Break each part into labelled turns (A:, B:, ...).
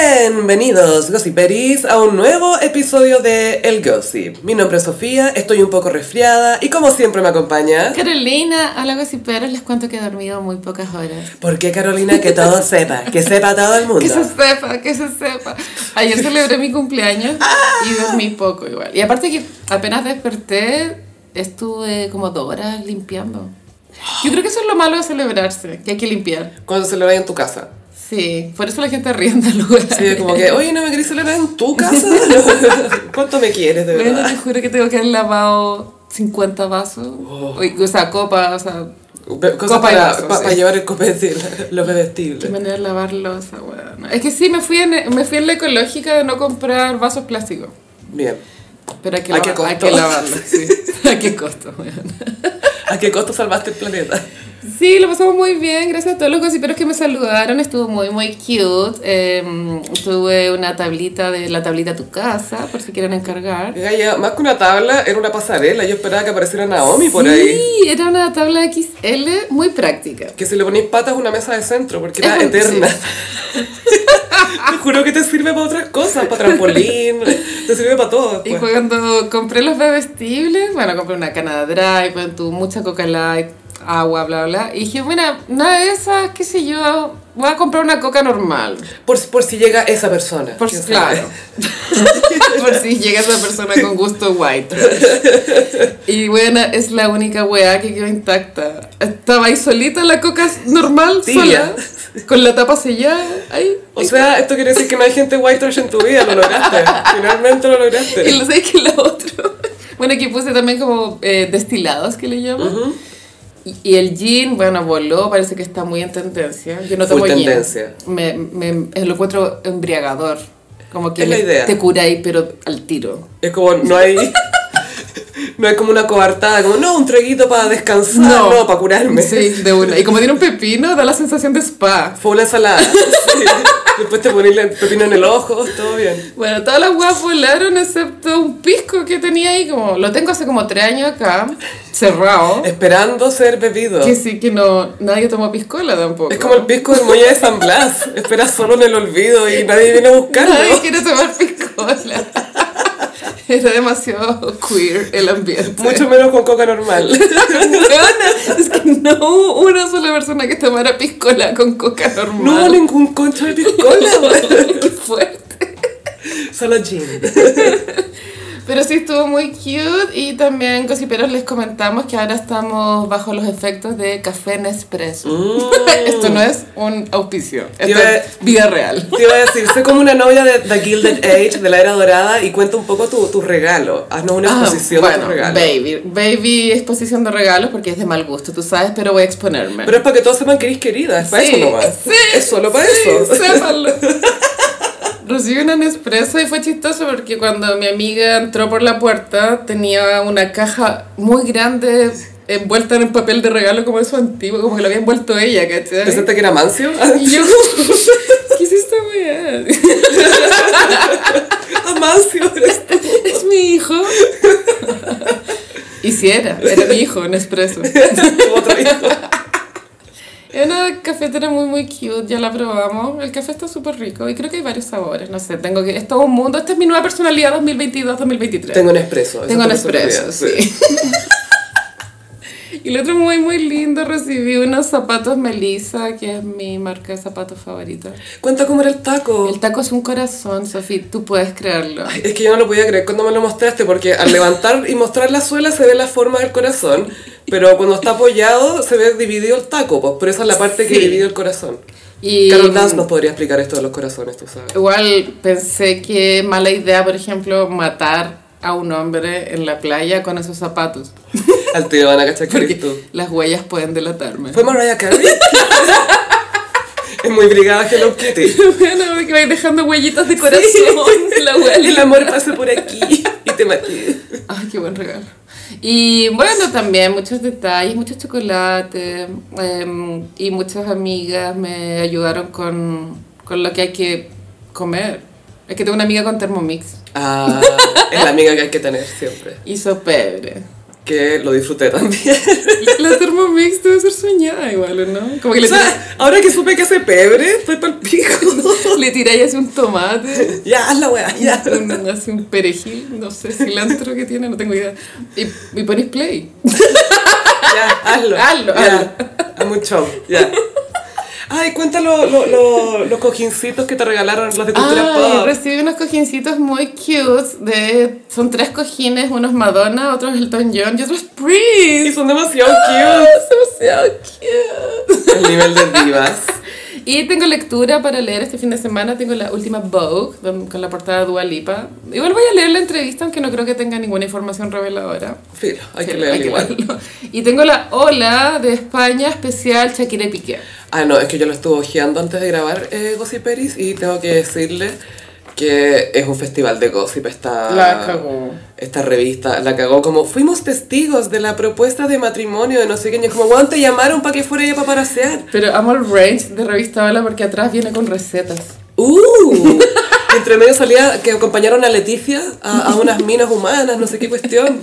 A: Bienvenidos, gossiperis, a un nuevo episodio de El Gossip. Mi nombre es Sofía, estoy un poco resfriada y como siempre me acompaña...
B: Carolina, hola gossiperos, les cuento que he dormido muy pocas horas.
A: ¿Por qué Carolina? Que todo sepa, que sepa todo el mundo.
B: Que se sepa, que se sepa. Ayer celebré mi cumpleaños y dormí poco igual. Y aparte que apenas desperté, estuve como dos horas limpiando. Yo creo que eso es lo malo de celebrarse, que hay que limpiar.
A: Cuando se lo vea en tu casa.
B: Sí, por eso la gente rienda al lugar.
A: Sí, como que, oye, no me querés celebrar en tu casa. ¿Cuánto me quieres, de
B: Bueno,
A: verdad?
B: te juro que tengo que haber lavado 50 vasos.
A: Oh.
B: O, o sea, copas, o sea,
A: Be- Cosas
B: Copa y
A: para,
B: vaso,
A: pa-
B: sí.
A: para llevar el copete, los
B: Qué
A: bebestibles.
B: manera de lavarlo esa weá, ¿no? Es que sí, me fui, en, me fui en la ecológica de no comprar vasos plásticos.
A: Bien.
B: Pero hay que,
A: ¿A
B: lava-
A: qué costo?
B: hay que lavarlos, sí. ¿A qué costo, weón?
A: ¿A qué costo salvaste el planeta?
B: Sí, lo pasamos muy bien, gracias a todos los gossiperos que me saludaron, estuvo muy, muy cute. Eh, tuve una tablita de la tablita a tu casa, por si quieren encargar.
A: Gaya, más que una tabla, era una pasarela. Yo esperaba que apareciera Naomi por ahí.
B: Sí, era una tabla XL muy práctica.
A: Que si le ponéis patas es una mesa de centro, porque
B: Es
A: era
B: un-
A: eterna. Te juro que te sirve para otras cosas, para trampolín, te sirve para todo.
B: Y
A: después.
B: cuando compré los bebestibles, bueno, compré una Canada Dry, con tu mucha Coca Light, agua, bla, bla. Y dije, mira, nada de esas, qué sé yo, voy a comprar una Coca normal.
A: Por, si- por si llega esa persona.
B: Por
A: ¿quién
B: si,
A: sabe?
B: claro. Por si llega esa persona con gusto white. trash. Y bueno, es la única weá que quedó intacta. Estaba ahí solita la Coca normal,
A: Tibia.
B: sola, con la tapa sellada, ahí.
A: O sea, esto quiere decir que no hay gente white trash en tu vida, lo lograste. Finalmente lo
B: Y
A: lograste.
B: lo sé que lo otro. Bueno, aquí puse también como eh, destilados que le llaman. Y- Y el gin, bueno, voló, parece que está muy en tendencia. Yo no
A: Full
B: tomo gin.
A: tendencia.
B: Me, me- eh, lo encuentro embriagador. Como que
A: Es la
B: me-
A: idea.
B: te curáis, pero al tiro.
A: Es como, no hay. No hay como una coartada, como, no, un traguito para descansar, no, para curarme.
B: Sí, de una. Y como tiene un pepino, da la sensación de spa.
A: Fue una ensalada. Sí. Después te pones el pepino en el ojo, todo bien.
B: Bueno, todas las guas volaron excepto un pisco que tenía ahí, como lo tengo hace como tres años acá, cerrado.
A: Esperando ser bebido.
B: Que sí, que no, nadie tomó piscola tampoco.
A: Es como el pisco del muelle de San Blas. Esperas solo en el olvido y nadie viene a buscarlo.
B: Nadie quiere tomar piscola. Era demasiado queer el ambiente.
A: Mucho menos con coca normal.
B: Weona, Es que no hubo una sola persona que tomara piscola con coca
A: No hubo
B: normal.
A: ningún concho de piscola.
B: Qué fuerte.
A: Solo gin.
B: Pero sí estuvo muy cute y también Cosiperos les comentamos que ahora estamos bajo los efectos de café Nespresso.
A: Mm.
B: Esto no es un auspicio, esto
A: Iba-
B: es vida real.
A: Te iba a decir, soy como una novia de The Gilded Age, de la era dorada, y cuenta un poco tu, tu regalo. Haznos una
B: Ah,
A: exposición de
B: bueno,
A: tu regalo.
B: baby, baby exposición de regalos porque es de mal gusto, tú sabes, pero voy a exponerme.
A: Pero es para que todos sepan que eres querida, es para
B: Sí,
A: eso nomás.
B: sí,
A: es solo para
B: sí,
A: eso.
B: sépanlo. Recibí una Nespresso y fue chistoso porque cuando mi amiga entró por la puerta tenía una caja muy grande envuelta en un papel de regalo como eso antiguo, como que lo había envuelto ella, ¿cachai?
A: ¿Pensaste que era Mancio?
B: Y yo como, ¿qué es esta weá?
A: Ah, Mancio. eres tú.
B: ¿Es mi hijo? Y si era, era mi hijo, Nespresso.
A: Tu otro hijo.
B: Es una cafetera muy muy cute, ya la probamos. El café está súper rico y creo que hay varios sabores, no sé, tengo que... Es todo un mundo, esta es mi nueva personalidad 2022-2023.
A: Tengo un expreso.
B: Tengo un expreso, sí. y el otro muy muy lindo, recibí unos zapatos Melissa, que es mi marca de zapatos favorita.
A: Cuenta cómo era el taco.
B: El taco es un corazón, Sofi, tú puedes creerlo.
A: Es que yo no lo podía creer cuando me lo mostraste, porque al levantar y mostrar la suela se ve la forma del corazón, pero cuando está apoyado se ve dividido el taco, pues por esa es la parte que
B: Sí.
A: divide el corazón.
B: Y...
A: Carol Dance nos podría explicar esto de los corazones, tú sabes.
B: Igual pensé que mala idea, por ejemplo, matar a un hombre en la playa con esos zapatos.
A: Al tío van a cachar que eres tú.
B: Porque las huellas pueden delatarme.
A: ¿Fue Mariah Carey? es muy brigada Hello Kitty.
B: Bueno, que vais dejando huellitas de corazón en la huella.
A: El amor pasa por aquí y te maté.
B: Ay, qué buen regalo. Y bueno, también muchos detalles, muchos chocolates em, y muchas amigas me ayudaron con, con lo que hay que comer. Es que tengo una amiga con Thermomix.
A: Ah, es la amiga que hay que tener siempre.
B: Hizo pebre.
A: que lo disfruté también.
B: La Thermomix debe ser soñada igual, ¿o ¿no? Como que le,
A: O sea, ahora que supe que hace pebre, estoy pa'l pico.
B: tira- le tiráis así un tomate,
A: ya, haz la weá, ya.
B: un, así un perejil, no sé, cilantro que tiene, no tengo idea. Y, y ponéis play.
A: Ya, hazlo.
B: Hazlo,
A: ya. Hazme un show, ya. Ay, cuéntalo lo- lo- los cojincitos que te regalaron los de cultura
B: Ah,
A: pop.
B: recibí unos cojincitos muy cute. De, son tres cojines, unos Madonna, otros Elton John y otros
A: Y
B: Prince.
A: son demasiado
B: Ah,
A: cute.
B: es demasiado cute.
A: El nivel de divas.
B: Y tengo lectura para leer este fin de semana. Tengo la última Vogue don- con la portada de Dua Lipa. Igual voy a leer la entrevista, aunque no creo que tenga ninguna información reveladora.
A: Filo, hay que
B: Sí,
A: leerlo igual.
B: leerlo. Y tengo la Ola de España especial Shakira y Piqué.
A: Ah, no, es que yo lo estuve ojeando antes de grabar eh, Gossip Peris y tengo que decirle que es un festival de gossip esta,
B: La cagó.
A: esta revista. La cagó como, fuimos testigos de la propuesta de matrimonio de no sé quién. Y es como, weón, te llamaron para que fuera ella para parasear.
B: Pero amo el range de revista Ola porque atrás viene con recetas.
A: ¡Uh! Entre medio salía que acompañaron a Leticia a, a unas minas humanas, no sé qué cuestión.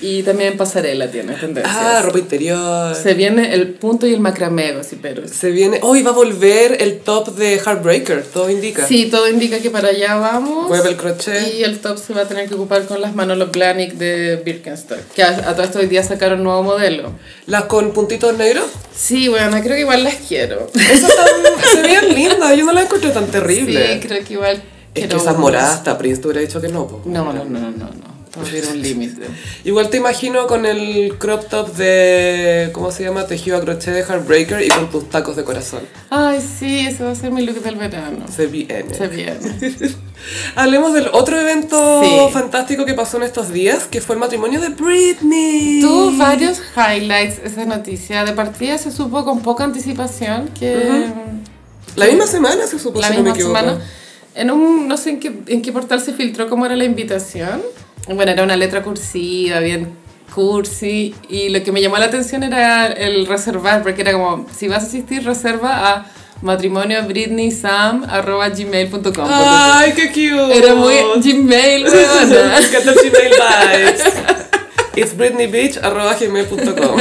B: Y también pasarela tiene tendencias.
A: Ah, ropa interior.
B: Se viene el punto y el macramé, sí, pero...
A: Se viene, hoy va a volver el top de Heartbreaker, todo indica.
B: Sí, todo indica que para allá vamos.
A: Vuelve el crochet.
B: Y el top se va a tener que ocupar con las Manolo Blahnik de Birkenstock, que a, a todo esto hoy día sacaron nuevo modelo.
A: Las con puntitos negros.
B: Sí, bueno, creo que igual las quiero.
A: Eso tan- se veían lindas, yo no las encuentro tan
B: Sí,
A: terribles.
B: creo que igual
A: es que
B: quiero
A: esas
B: unas.
A: moradas hasta Prince te hubiera dicho que no, po.
B: No, no, no, no, no, no. Todo tiene un límite.
A: Igual te imagino con el crop top de, ¿cómo se llama? Tejido a crochet de Heartbreaker y con tus tacos de corazón.
B: Ay, sí, ese va a ser mi look del verano.
A: Se viene.
B: Se viene.
A: Hablemos del otro evento
B: Sí.
A: fantástico que pasó en estos días, que fue el matrimonio de Britney.
B: Tuvo varios highlights esa noticia. De partida se supo con poca anticipación que...
A: La misma semana se supo,
B: la
A: si no me
B: misma
A: equivoco.
B: semana. En un, no sé en qué, en qué portal se filtró cómo era la invitación. Bueno, era una letra cursiva, bien cursi. Y lo que me llamó la atención era el reservar, porque era como, si vas a asistir, reserva a matrimonio gmail.com.
A: Ay, qué cute.
B: Era muy Gmail, weona.
A: Me encanta el Gmail vibes. It's britneybeach.gmail.com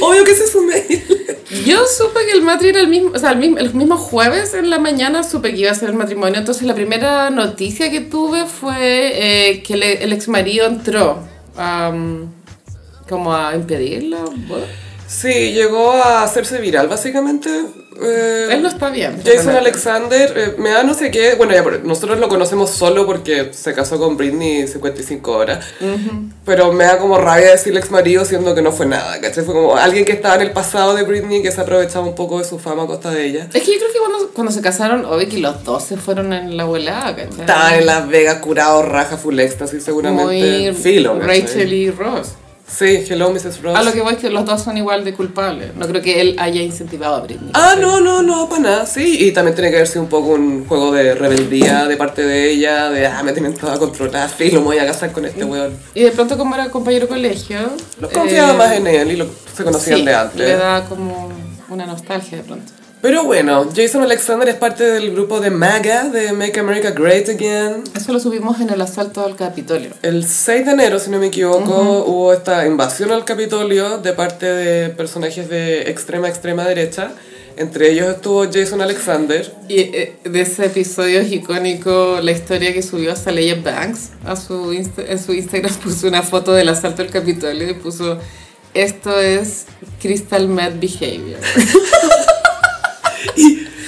A: Obvio que ese es su mail.
B: Yo supe que el matri era el mismo, o sea, el mismo, el mismo jueves en la mañana supe que iba a ser el matrimonio. Entonces la primera noticia que tuve fue eh, que le- el ex marido entró am, como a impedirla. bueno.
A: Sí, llegó a hacerse viral, básicamente. Eh,
B: Él no está bien.
A: Jason
B: realmente.
A: Alexander, eh, me da no sé qué, bueno, ya, pero nosotros lo conocemos solo porque se casó con Britney 55 horas, pero me da como rabia decirle ex marido siendo que no fue nada, ¿cachai? Fue como alguien que estaba en el pasado de Britney que se aprovechaba un poco de su fama a costa de ella.
B: Es que yo creo que cuando, cuando se casaron, obvio que los dos se fueron en la abuelada, ¿cachai?
A: Estaba en Las Vegas curado, raja, full éxtasis, seguramente.
B: Muy
A: Filo, ¿cachai?
B: Rachel y Ross.
A: Sí, hello, Mrs. Ross.
B: A lo que voy es que los dos son igual de culpables. No creo que él haya incentivado a Britney.
A: Ah, no, no, no, para nada, sí. Y también tiene que haber sido un poco un juego de rebeldía de parte de ella, de, ah, me tienen toda controlada, filo, me voy a casar con
B: Mm.
A: este weón.
B: Y de pronto, como era compañero de colegio,
A: Los confiaba
B: eh,
A: más en él y lo, se conocían
B: Sí,
A: de
B: Le
A: antes.
B: da como una nostalgia de pronto.
A: Pero bueno, Jason Alexander es parte del grupo de MAGA, de Make America Great Again.
B: Eso lo subimos en el asalto al Capitolio.
A: El 6 de enero, si no me equivoco, hubo esta invasión al Capitolio de parte de personajes de extrema, extrema derecha. Entre ellos estuvo Jason Alexander.
B: Y eh, de ese episodio es icónico la historia que subió hasta Leia Banks. A su Insta- en su Instagram puso una foto del asalto al Capitolio y puso: Esto es Crystal Meth Behavior.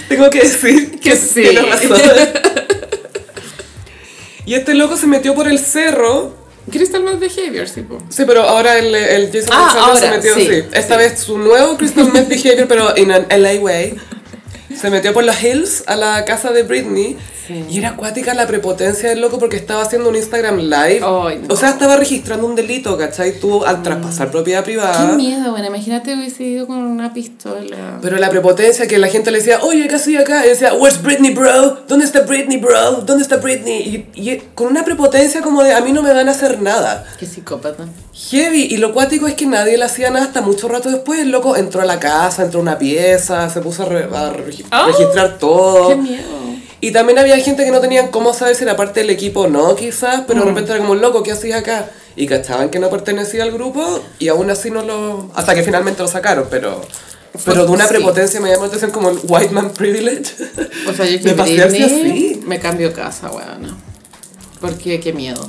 A: Tengo que decir
B: Que sí.
A: tiene razón. y este loco se metió por el cerro.
B: Crystal Meth Behavior, sí, po.
A: Sí, pero ahora el, el Jason
B: Ah,
A: Alexander se
B: ahora,
A: metió,
B: sí,
A: sí. Esta vez su nuevo Crystal Meth Behavior, pero in an LA way. Se metió por los hills a la casa de Britney
B: Sí.
A: y era acuática la prepotencia del loco porque estaba haciendo un Instagram live.
B: Ay, no. Mm.
A: O sea, estaba registrando un delito, ¿cachai? Tú al traspasar propiedad
B: Qué
A: privada.
B: miedo, bueno, imagínate hubiese ido con una pistola.
A: Ah. Pero la prepotencia que la gente le decía, oye, ¿qué hacía acá? Y decía, where's Britney, bro? ¿Dónde está Britney, bro? ¿Dónde está Britney? Y, y con una prepotencia como de, a mí no me van a hacer nada.
B: Qué psicópata.
A: Heavy, y lo cuático es que nadie le hacía nada hasta mucho rato después. El loco entró a la casa, entró a una pieza, se puso a, re- a regi-
B: ¡Ah!
A: registrar todo.
B: Qué miedo.
A: Y
B: Mm.
A: también había gente que no tenían cómo saber si era parte del equipo o no, quizás, pero de repente era como, loco, ¿qué hacías acá? y cachaban que no pertenecía al grupo y aún así no lo... Hasta que finalmente lo sacaron, pero... Pero de una
B: Sí.
A: prepotencia me llamó la atención como el white man privilege.
B: O sea, yo
A: De
B: que
A: pasearse
B: Britney
A: así.
B: me cambio casa, weón. Porque qué miedo.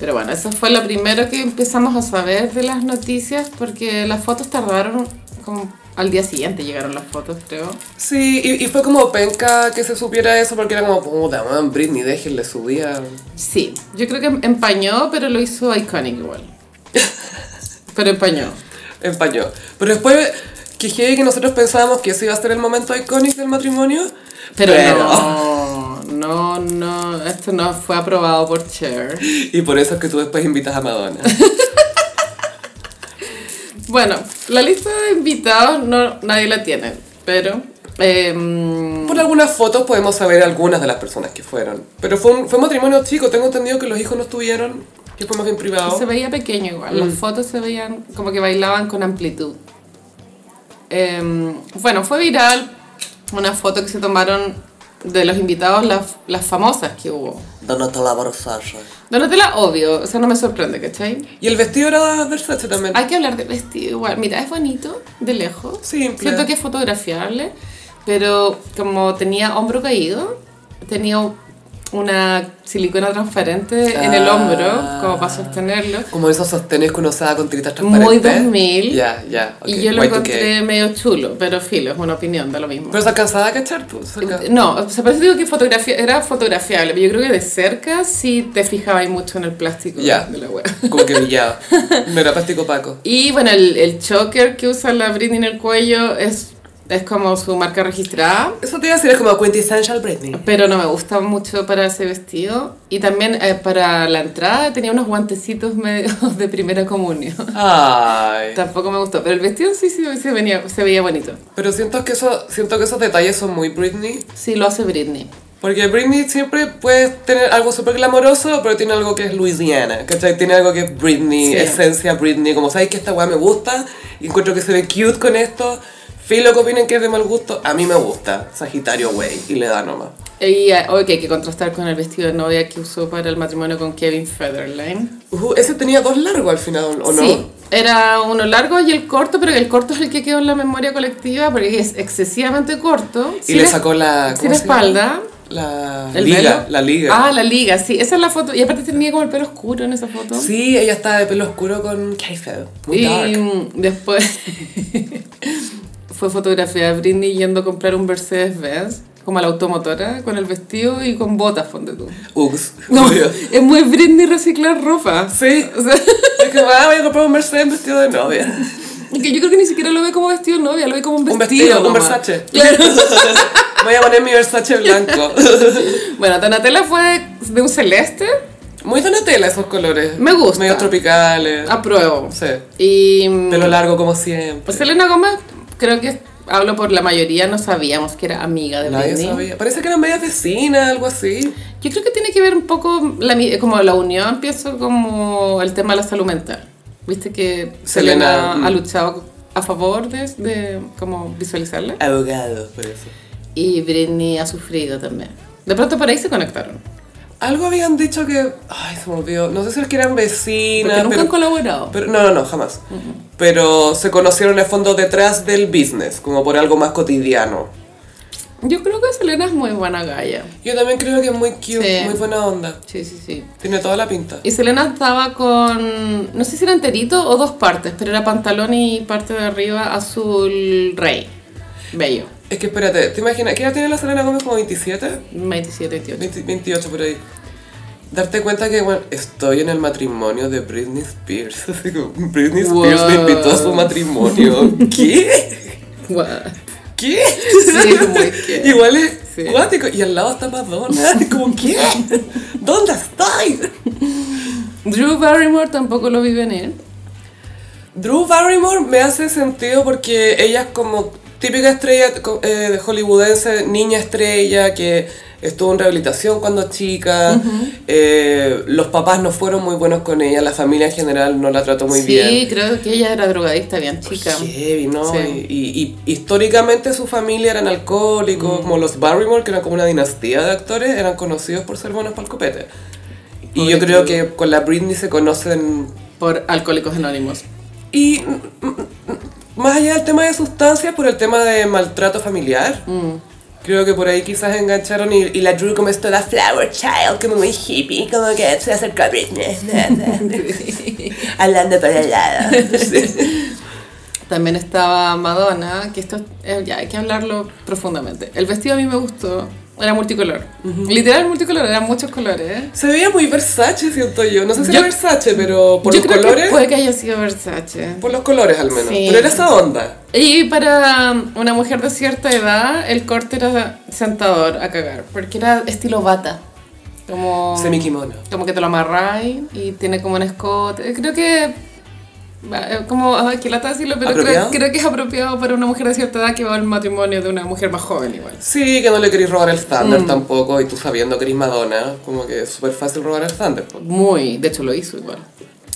B: Pero bueno, eso fue lo primero que empezamos a saber de las noticias, porque las fotos tardaron como al día siguiente llegaron las fotos, creo.
A: Sí, y, y fue como penca que se supiera eso porque era como, puta, man, Britney, déjenle su día.
B: Sí, yo creo que em-, empañó, pero lo hizo iconic igual. Pero empañó.
A: Empañó. Pero después, que heavy que nosotros pensábamos que ese iba a ser el momento icónico del matrimonio.
B: Pero, no, no, no, esto no fue aprobado por Cher.
A: Y por eso es que tú después invitas a Madonna.
B: Bueno, la lista de invitados no, nadie la tiene, pero... em,
A: Por algunas fotos podemos saber algunas de las personas que fueron. Pero fue un, fue un matrimonio chico, tengo entendido que los hijos no estuvieron, que fue más bien privado.
B: Se veía pequeño igual, las fotos se veían como que bailaban con amplitud. Em, bueno, fue viral una foto que se tomaron de los invitados, las, las famosas que hubo.
A: Donatella Versace.
B: Donatella, obvio, o sea, no me sorprende, ¿cachai?
A: Y el vestido era Versace también.
B: Hay que hablar del vestido igual. Mira, es bonito, de lejos.
A: Simple.
B: Siento que es fotografiable, pero como tenía hombro caído, tenía una silicona transparente en el hombro,
A: Ah.
B: como para sostenerlo.
A: Como esos sostenes que uno usaba con tiritas
B: Muy
A: transparentes.
B: 2000.
A: Ya, ya. ok,
B: y yo lo
A: Y2K.
B: encontré medio chulo, pero filo, es una opinión, da lo mismo.
A: Pero se alcanzaba a cachar tú. se alca-
B: no, o sea, por eso digo que fotografía, era fotografiable, pero yo creo que de cerca sí te fijabas mucho en el plástico
A: Ya.
B: de la web.
A: Como que brillaba. No era plástico opaco.
B: Y bueno, el, el choker que usa la Britney en el cuello es, es como su marca registrada,
A: Eso te iba a decir, es como quintessential Britney.
B: pero no me gusta mucho para ese vestido. Y también eh, para la entrada tenía unos guantecitos medio de primera comunión.
A: Ay.
B: Tampoco me gustó, pero el vestido sí, sí se, venía, se veía bonito.
A: Pero siento que, eso, siento que esos detalles son muy Britney.
B: Sí, lo hace Britney.
A: Porque Britney siempre puede tener algo súper glamoroso, pero tiene algo que es Louisiana, ¿cachai? Tiene algo que es Britney,
B: Sí.
A: esencia Britney, como sabéis que esta weá me gusta, y encuentro que se ve cute con esto, filo que opinen que es de mal gusto, a mí me gusta, Sagitario wey, y le da nomás.
B: Y eh, hoy que hay que contrastar con el vestido de novia que usó para el matrimonio con Kevin Federline.
A: Ujú, Uh, ese tenía dos largos al final, ¿o no?
B: Sí, era uno largo y el corto, pero el corto es el que quedó en la memoria colectiva porque es excesivamente corto.
A: Y le sacó la...
B: Sin
A: ¿cómo se llama?
B: espalda.
A: La
B: El
A: liga,
B: velo.
A: la liga.
B: Ah, la liga, sí. Esa es la foto. Y aparte tenía como el pelo oscuro en esa foto.
A: Sí, ella estaba de pelo oscuro con Kayfabe, muy
B: Y
A: dark.
B: mm, después fue fotografía de Britney yendo a comprar un Mercedes-Benz, como a la automotora, con el vestido y con botas, ponte tú.
A: Ups,
B: No,
A: obvio.
B: es muy Britney reciclar ropa.
A: Sí.
B: O sea,
A: Es que va, voy a comprar un Mercedes vestido de novia.
B: Que yo creo que ni siquiera lo ve como vestido de novia, lo ve como un
A: Un
B: vestido.
A: vestido, un
B: nomás.
A: Versace.
B: Claro.
A: Voy a poner mi Versace blanco.
B: Bueno, Donatella fue de un celeste,
A: Muy Donatella esos colores.
B: Me gusta. Ah.
A: Medio tropicales.
B: apruebo.
A: Sí.
B: Y. mm,
A: Pelo largo como siempre.
B: pues Selena Gómez, creo que hablo por la mayoría, no sabíamos que era amiga de
A: Nadie
B: Britney.
A: sabía. Parece que eran medias vecinas, algo así.
B: Yo creo que tiene que ver un poco la, mi- como la unión, pienso, como el tema de la salud mental. Viste que Selena,
A: Selena, mm.
B: ha luchado a favor de, de como visualizarla.
A: Abogados, por eso.
B: Y Britney ha sufrido también. De pronto por ahí se conectaron.
A: Algo habían dicho que. Ay, se me olvidó. No sé si es que eran
B: Porque
A: vecinas.
B: nunca han
A: pero,
B: colaborado.
A: pero- no, no, no, jamás. Pero se conocieron en el fondo detrás del business, como por algo más cotidiano.
B: Yo creo que Selena es muy buena galla.
A: Yo también creo que es muy cute,
B: Sí.
A: muy buena onda.
B: Sí, sí, sí.
A: Tiene toda la pinta.
B: Y Selena estaba con, no sé si era enterito o dos partes, pero era pantalón y parte de arriba azul rey. Bello.
A: Es que espérate, ¿te imaginas? ¿Qué edad tiene la Selena Gómez? ¿Como 27?
B: 27, 28.
A: 20 28 por ahí. Darte cuenta que, bueno, estoy en el matrimonio de Britney Spears. Así como, Britney Spears me invitó a su
B: Wow.
A: matrimonio. ¿Qué?
B: Guau.
A: ¿Qué?
B: Sí, como que-
A: Igual es
B: Sí.
A: cuático. Y al lado está Madonna. Así como, ¿qué? ¿Dónde estoy?
B: Drew Barrymore tampoco lo vi venir.
A: Drew Barrymore me hace sentido porque ella es como típica estrella co- eh, de hollywoodense, niña estrella que estuvo en rehabilitación cuando chica, eh, los papás no fueron muy buenos con ella, la familia en general no la trató muy
B: sí,
A: bien. Oh,
B: creo que ella era drogadicta bien chica.
A: Heavy, ¿no?
B: Sí.
A: Y, y- y históricamente su familia eran alcohólicos, como los Barrymore, que eran como una dinastía de actores, eran conocidos por ser buenos para el copete. Y yo creo que con la Britney se conocen
B: Por Alcohólicos Anónimos.
A: Y mm, mm, más allá del tema de sustancias, por el tema de maltrato familiar,
B: Mm.
A: creo que por ahí quizás engancharon y, y la Drew como es toda flower child, como muy hippie, como que se acercó a Britney, na, na, na, hablando por el lado.
B: También estaba Madonna, que esto eh, ya hay que hablarlo profundamente. El vestido a mí me gustó, era multicolor. Literal multicolor, eran muchos colores.
A: Se veía muy Versace, siento yo. No sé si
B: Yo-
A: era Versace, pero por
B: Yo
A: los
B: creo
A: colores,
B: que puede que haya sido Versace.
A: por los colores al menos.
B: Sí.
A: Pero era esa onda.
B: Y para um, una mujer de cierta edad, el corte era sentador a cagar, porque era estilo bata. Como,
A: Semikimono.
B: como que te lo amarráis y tiene como un escote. Eh, Creo que. va, eh, Como, ay, qué lata decirlo, pero creo,
A: ¿Apropiado?
B: creo que es apropiado para una mujer de cierta edad que va al matrimonio de una mujer más joven, igual.
A: Sí, que no le querís robar el
B: Mm.
A: thunder tampoco, y tú sabiendo que eres Madonna, como que es súper fácil robar el thunder. po.
B: Muy, de hecho lo hizo igual,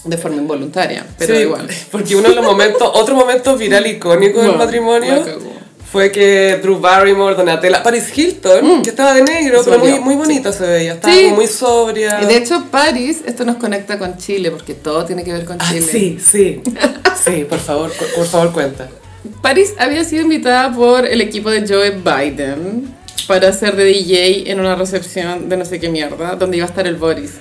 B: de forma involuntaria, pero
A: Sí,
B: igual.
A: Porque uno de los momentos, otro momento viral icónico del
B: No, la
A: matrimonio
B: cagó.
A: fue que Drew Barrymore, Donatella, Paris Hilton, que estaba de negro,
B: Mm. Se
A: pero muy,
B: volvió,
A: muy bonita se veía, estaba
B: Sí.
A: como muy sobria.
B: Y de hecho, París, esto nos conecta con Chile, porque todo tiene que ver con
A: Ah,
B: Chile.
A: sí, sí. Sí, por favor, cu- por favor cuenta.
B: Paris había sido invitada por el equipo de Joe Biden para ser de DJ en una recepción de no sé qué mierda, donde iba a estar el Boris.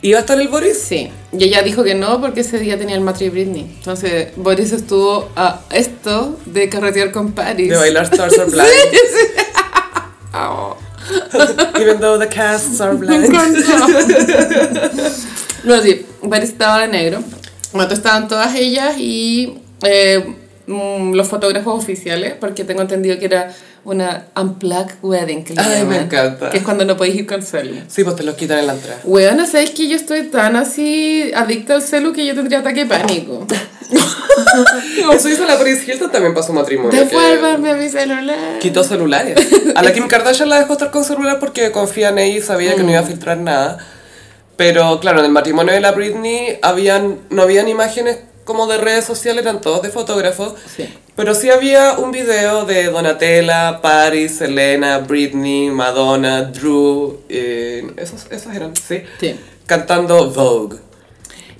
A: ¿Iba a estar el Boris?
B: Sí, y ella dijo que no porque ese día tenía el matri de Britney. Entonces, Boris estuvo a esto de carretear con Paris.
A: De bailar Stars Are Blind.
B: Ah,
A: Even though the casts are
B: me
A: blind.
B: encantó. no, sí, Paris estaba de negro. Bueno, estaban todas ellas y eh, mm, los fotógrafos oficiales, porque tengo entendido que era una unplugged wedding. Que le
A: Ay, me
B: llaman,
A: encanta.
B: Que es cuando no podéis ir con celu.
A: Sí, pues te los quitan en la entrada.
B: Weona, ¿sabes que yo estoy tan así adicta al celu que yo tendría ataque de pánico?
A: Eso hizo la Paris Hilton también para su matrimonio. que
B: Devuélvanme mi celular.
A: Quitó celulares. A la Kim Kardashian la dejó estar con celular porque confía en ella y sabía que no
B: Mm.
A: iba a filtrar nada. Pero claro, en el matrimonio de la Britney habían, no habían imágenes como de redes sociales, eran todos de fotógrafos.
B: Sí.
A: Pero sí había un video de Donatella, Paris, Selena, Britney, Madonna, Drew. eh, esos, esos eran, sí.
B: Sí.
A: Cantando Vogue.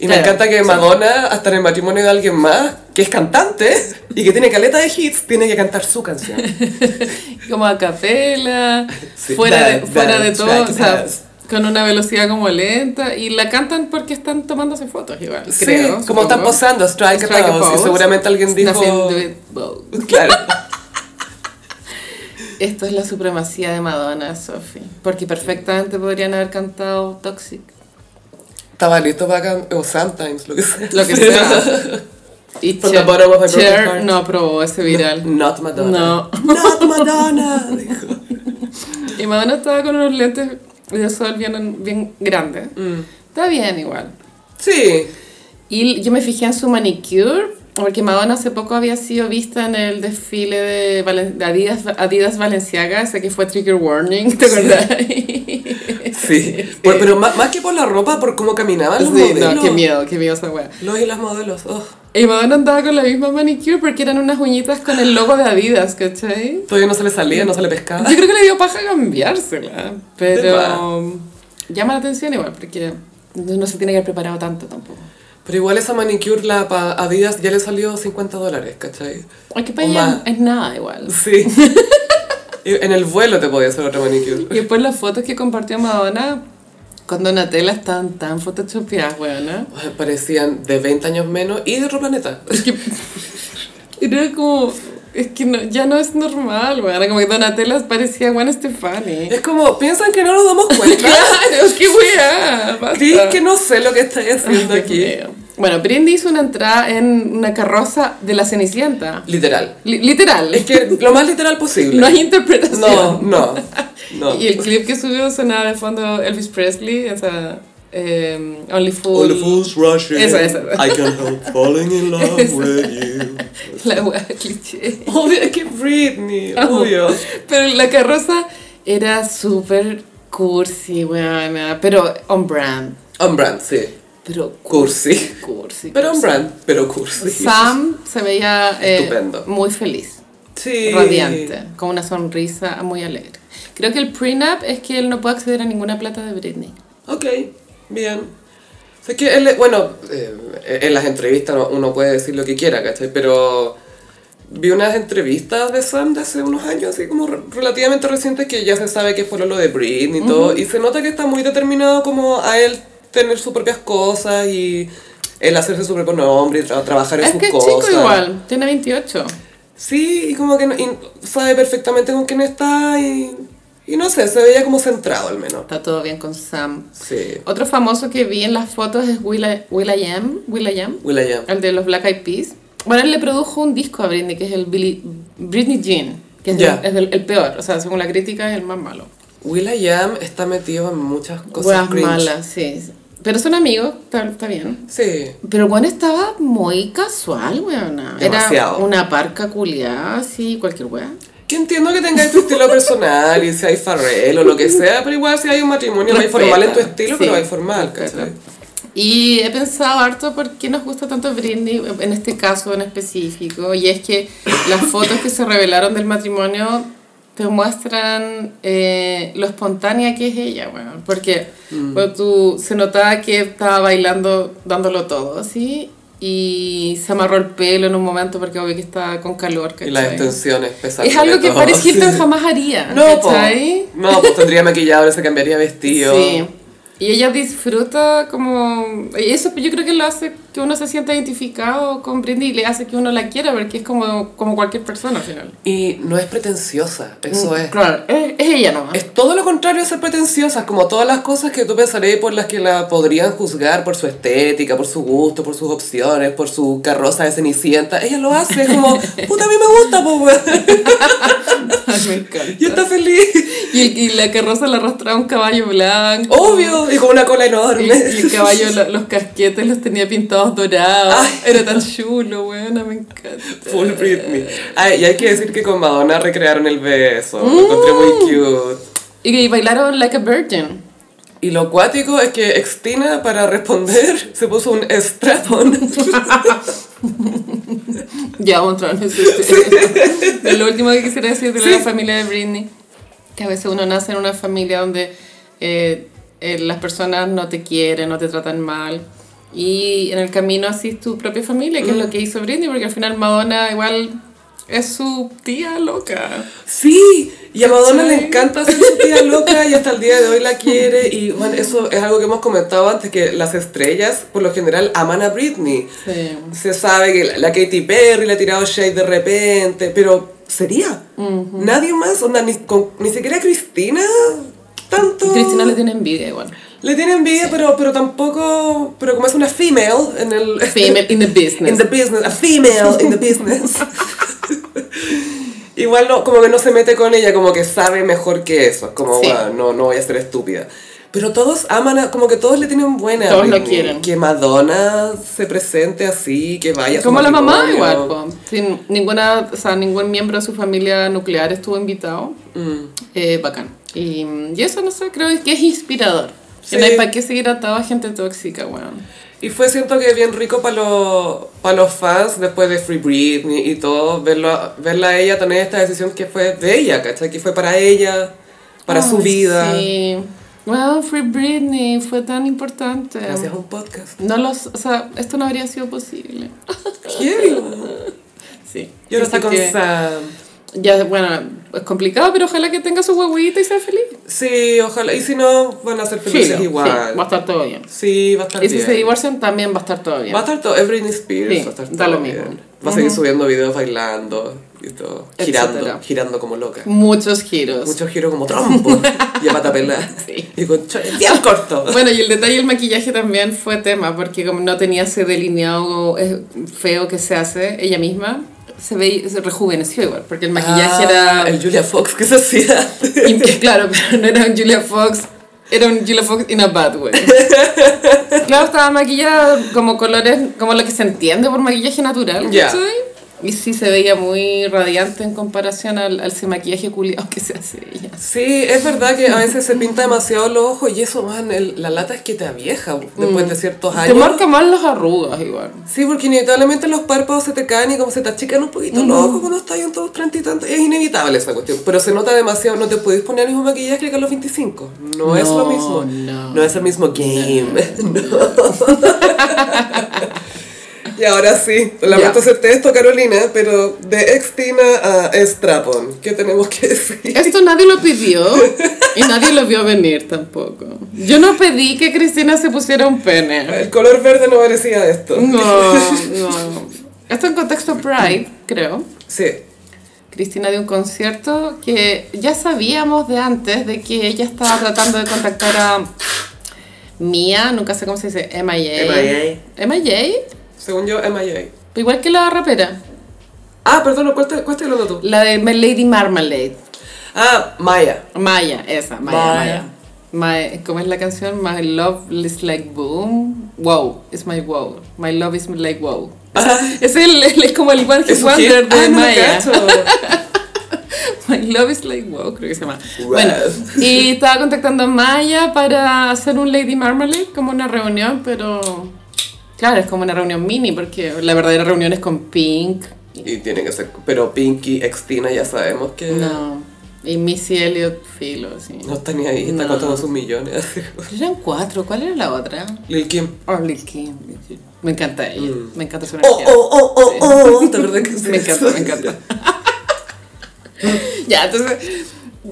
A: Y me
B: Claro,
A: encanta que
B: sí.
A: Madonna, hasta en el matrimonio de alguien más, que es cantante y que tiene caleta de hits, tiene que cantar su canción.
B: Como a capela,
A: Sí,
B: fuera, de,
A: dance,
B: fuera de
A: dance,
B: todo, o sea,
A: dance.
B: con una velocidad como lenta. Y la cantan porque están tomándose fotos igual,
A: Sí,
B: creo.
A: como
B: supongo.
A: están posando, strike,
B: Strike a
A: a pose, y
B: pose.
A: seguramente alguien dijo...
B: Nothing to it, Vogue.
A: Claro.
B: Esto es la supremacía de Madonna, Sophie. Porque perfectamente podrían haber cantado Toxic.
A: Estaba listo para cantar, o sometimes, lo que sea.
B: Lo que sea. Y
A: From the
B: Cher-
A: bottom of my broken
B: Cher
A: heart.
B: no aprobó ese viral.
A: Not Madonna.
B: No.
A: Not Madonna, dijo.
B: Y Madonna estaba con unos lentes de sol bien, bien grandes.
A: Mm.
B: Está bien igual.
A: Sí,
B: Y yo me fijé en su manicure, porque Madonna hace poco había sido vista en el desfile de, Valen- de Adidas, Adidas Valenciaga, ese que fue Trigger Warning, ¿te acordás?
A: sí. Bueno, pero más, más que por la ropa, por cómo caminaban los
B: Sí,
A: modelos.
B: no, qué miedo, qué miedo esa wea.
A: Los y las modelos, oh.
B: Y Madonna andaba con la misma manicure porque eran unas uñitas con el logo de Adidas, ¿cachai?
A: Todavía no se le salía, no se le
B: Yo
A: pescaba.
B: creo que le dio paja cambiársela,
A: De más.
B: pero llama la atención igual porque no se tiene que haber preparado tanto tampoco.
A: Pero igual esa manicure, la pa Adidas, ya le salió 50 dólares, ¿cachai?
B: Ay, que
A: O
B: para ella
A: más.
B: es nada igual.
A: Sí. Y en el vuelo te podía hacer otra manicure.
B: Y después las fotos que compartió Madonna con Donatella están tan photoshopeadas, weona.
A: Pues, Parecían de 20 años menos y de otro planeta.
B: Es que. Era como. Es que no- ya no es normal, weona. Como que Donatella parecía Gwen Stefani.
A: Es como, piensan que no nos damos cuenta.
B: Claro, qué weá. basta.
A: Creí que no sé lo que estáis haciendo
B: Dios
A: aquí.
B: mío. Bueno, Britney hizo una entrada en una carroza de la Cenicienta.
A: Literal.
B: Li- literal.
A: Es que lo más literal
B: no
A: posible.
B: hay interpretación.
A: No, no, no.
B: Y el clip que subió sonaba de fondo Elvis Presley, esa eh, Only Fool.
C: All the fools rushing.
A: eh.
B: Esa, esa.
C: I can't help falling in love with you.
B: La wea cliché.
A: Obvio, es que Britney,
B: Ah,
A: obvio.
B: Pero la carroza era súper cursi, weona. Pero on brand.
A: On brand, sí.
B: Pero
A: Cursi.
B: cursi.
A: Pero on
B: cursi.
A: brand, pero cursi.
B: Sam se veía eh,
A: Estupendo.
B: muy feliz,
A: Sí.
B: radiante, con una sonrisa muy alegre. Creo que el prenup es que él no puede acceder a ninguna plata de Britney.
A: Ok. Bien. O sea, es que él, bueno, eh, en las entrevistas no- uno puede decir lo que quiera, ¿cachai? Pero vi unas entrevistas de Sam de hace unos años, así como re- relativamente recientes, que ya se sabe que fue lo de Britney y todo. Y se nota que está muy determinado como a él tener sus propias cosas y él hacerse su propio nombre y tra- trabajar en
B: Es
A: sus
B: que es
A: cosas.
B: chico igual, tiene 28.
A: Sí, y como que no- y sabe perfectamente con quién está y, y no sé, se veía como centrado al menos.
B: Está todo bien con Sam.
A: Sí.
B: Otro famoso que vi en las fotos es Will.i.am, Will.i.am,
A: Will.i.am.
B: el de los Black Eyed Peas. Bueno, él le produjo un disco a Britney, que es el Billie- Britney Jean, que es,
A: Ya.
B: del- es del- el peor, o sea, según la crítica es el más malo.
A: Will.i.am está metido en muchas cosas
B: Cosas
A: cringe.
B: malas, sí. sí. Pero son amigos, está, está bien.
A: Sí.
B: Pero Juan estaba muy casual, weona. Era
A: Demasiado.
B: una parca culiada, así, cualquier weá.
A: Que entiendo que tengáis tu estilo personal y si hay farrell o lo que sea, pero igual si hay un matrimonio no hay
B: Respeta,
A: formal en tu estilo,
B: sí.
A: pero hay formal, ¿cachai?
B: Respeta. Y he pensado harto por qué nos gusta tanto Britney en este caso en específico. Y es que las fotos que se revelaron del matrimonio te muestran eh, lo espontánea que es ella, weón. Porque
A: Mm.
B: bueno, tú, se notaba que estaba bailando, dándolo todo, ¿sí? Y se amarró el pelo en un momento porque obvio que estaba con calor,
A: Y las
B: ¿cachai?
A: extensiones pesadas.
B: Es algo que Paris Hilton
A: jamás.
B: jamás haría.
A: No,
B: ¿cachai?
A: pues. No, pues tendría maquillado, se cambiaría vestido.
B: Sí. Y ella disfruta como... Y eso yo creo que lo hace que uno se sienta identificado con Britney y le hace que uno la quiera porque es como, como cualquier persona al final.
A: Y no es pretenciosa,
B: Mm,
A: eso es.
B: Claro, es, es ella nomás.
A: Es todo lo contrario a ser pretenciosa, como todas las cosas que tú pensarías por las que la podrían juzgar por su estética, por su gusto, por sus opciones, por su carroza de cenicienta. Ella lo hace, es como, puta, a mí me gusta, po, weón.
B: me encanta.
A: Y está feliz.
B: Y, el- y la carroza la arrastraba un caballo blanco.
A: Obvio, y con una cola
B: Y,
A: enorme.
B: y el caballo, lo- los casquetes los tenía pintados dorados. Era tan chulo, weona, me encanta.
A: Full Britney. Ay, y hay que decir que con Madonna recrearon el beso. Lo encontré muy
B: Mm.
A: cute.
B: Y, y bailaron Like a Virgin.
A: Y lo cuático es que Extina, para responder, se puso un strap-on.
B: Ya vamos a entrar en ese tema. Lo último que quisiera decir de la familia de Britney, que a veces uno nace en una familia donde eh, eh, las personas no te quieren, no te tratan mal. Y en el camino así es tu propia familia, que es lo que hizo Britney, porque al final Madonna igual es su tía loca.
A: Sí, y a Madonna le
B: ¿Cachai?
A: encanta ser su tía loca y hasta el día de hoy la quiere. Y bueno, eso es algo que hemos comentado antes, que las estrellas por lo general aman a Britney.
B: Sí.
A: Se sabe que la, la Katy Perry le ha tirado shade de repente, pero sería. Nadie más, onda, ni, con- ni siquiera Cristina, tanto...
B: Cristina le tiene envidia igual.
A: Le tiene envidia, pero, pero tampoco... Pero como es una female en el...
B: Female in the business.
A: In the business, a female in the business. Igual no, como que no se mete con ella, como que sabe mejor que eso. Como,
B: Sí.
A: "Bueno, no, no voy a ser estúpida. Pero todos aman, a- como que todos le tienen buena. a
B: Todos lo
A: Britney.
B: quieren.
A: Que Madonna se presente así, que vaya. a su
B: Como la mamá
A: matrimonio.
B: igual, po. Sin ninguna, o sea, ningún miembro de su familia nuclear estuvo invitado.
A: Mm.
B: Eh, bacán. Y, y eso, no sé, creo que es inspirador.
A: Sí.
B: Que No hay para qué seguir atado a gente tóxica, weón.
A: Y fue, siento que bien rico para los, pa' los fans después de Free Britney y todo, verlo, a- verla a ella tener esta decisión que fue de ella, ¿cachai? Que fue para ella, para su
B: Ay,
A: vida.
B: Sí. Wow, Free Britney fue tan importante.
A: Gracias a un podcast.
B: No los, o sea, esto no habría sido posible.
A: Heavy.
B: Sí.
A: Yo ahora estoy con
B: Así que,
A: Sam.
B: Ya, bueno, es complicado, pero ojalá que tenga su huevita y sea feliz.
A: Sí, ojalá. Y si no, van a ser felices
B: Filo,
A: igual.
B: sí, va a estar todo bien.
A: Sí, va a estar
B: Y si
A: bien.
B: se divorcian, también va a estar todo bien.
A: Va a estar todo. Es Britney Spears.
B: Sí,
A: va a estar
B: da
A: todo
B: lo mismo.
A: bien. Va a seguir subiendo videos bailando y todo.
B: Etcétera.
A: Girando, girando como loca.
B: Muchos giros.
A: Muchos giros como trompo. y a pata pelada.
B: Sí.
A: Y con cho- bien corto.
B: Bueno, y el detalle del maquillaje también fue tema, porque como no tenía ese delineado eh, feo que se hace ella misma, se, ve, se rejuveneció igual, porque el maquillaje
A: Ah,
B: era...
A: El Julia Fox que se hacía.
B: imp- claro, pero no era un Julia Fox, era un Julia Fox in a bad way. claro, estaba maquillada como colores, como lo que se entiende por maquillaje natural,
A: Ya.
B: ¿cachai? Y sí se veía muy radiante en comparación al, al ese maquillaje culiado que se hace ella.
A: Sí, es verdad que a veces se pinta demasiado los ojos y eso, man, el- la lata es que te avieja después de ciertos años.
B: Mm. Te marca más las arrugas igual.
A: Sí, porque inevitablemente los párpados se te caen y como se te achican un poquito los ojos cuando estás en todos treinta y tantos. Es es inevitable esa cuestión, pero se nota demasiado. No te podéis poner el mismo maquillaje que a los 25. No, es lo
B: No,
A: mismo.
B: no.
A: es el mismo game. No. y ahora sí, lamento
B: Ya.
A: hacerte esto, Carolina, pero de Extina a Strapon, ¿qué tenemos que decir?
B: Esto nadie lo pidió y nadie lo vio venir tampoco. Yo no pedí que Cristina se pusiera un pene.
A: El color verde no merecía esto.
B: No, no. Esto en contexto Pride, creo.
A: Sí.
B: Cristina de un concierto que ya sabíamos de antes de que ella estaba tratando de contactar a Mia, nunca sé cómo se dice, MIA. MIA.
A: Según yo, MIA.
B: Igual que la rapera,
A: Ah, perdón, ¿cuál está- cuál estás hablando tú?
B: la de Lady Marmalade.
A: Ah, Maya.
B: Maya, esa, Maya,
A: Maya.
B: Maya. My- ¿Cómo es la canción? My love is like boom. Wow, it's my wow. My love is like wow. Es, el, es como el One Hit
A: ¿Eso qué?
B: Wonder de
A: Ah, no lo
B: Maya.
A: cacho.
B: My Love is Like Wow, creo que se llama.
A: Wow.
B: Bueno, y estaba contactando a Maya para hacer un Lady Marmalade, como una reunión, pero. Claro, es como una reunión mini, porque la verdadera reunión es con Pink.
A: Y tiene que ser. Pero Pinky, Extina, ya sabemos que.
B: No. Y Missy Elliot Filo, sí.
A: No está ni ahí, está
B: Eh. No.
A: con todos sus millones.
B: Eran cuatro, ¿cuál era la otra?
A: Lil Kim.
B: Oh, Lil' Kim. Me encanta ella, me encanta su
A: Oh,
B: energía.
A: oh, oh, oh, oh. ¿Te acuerdas que
B: Me encanta, me encanta. ya, entonces,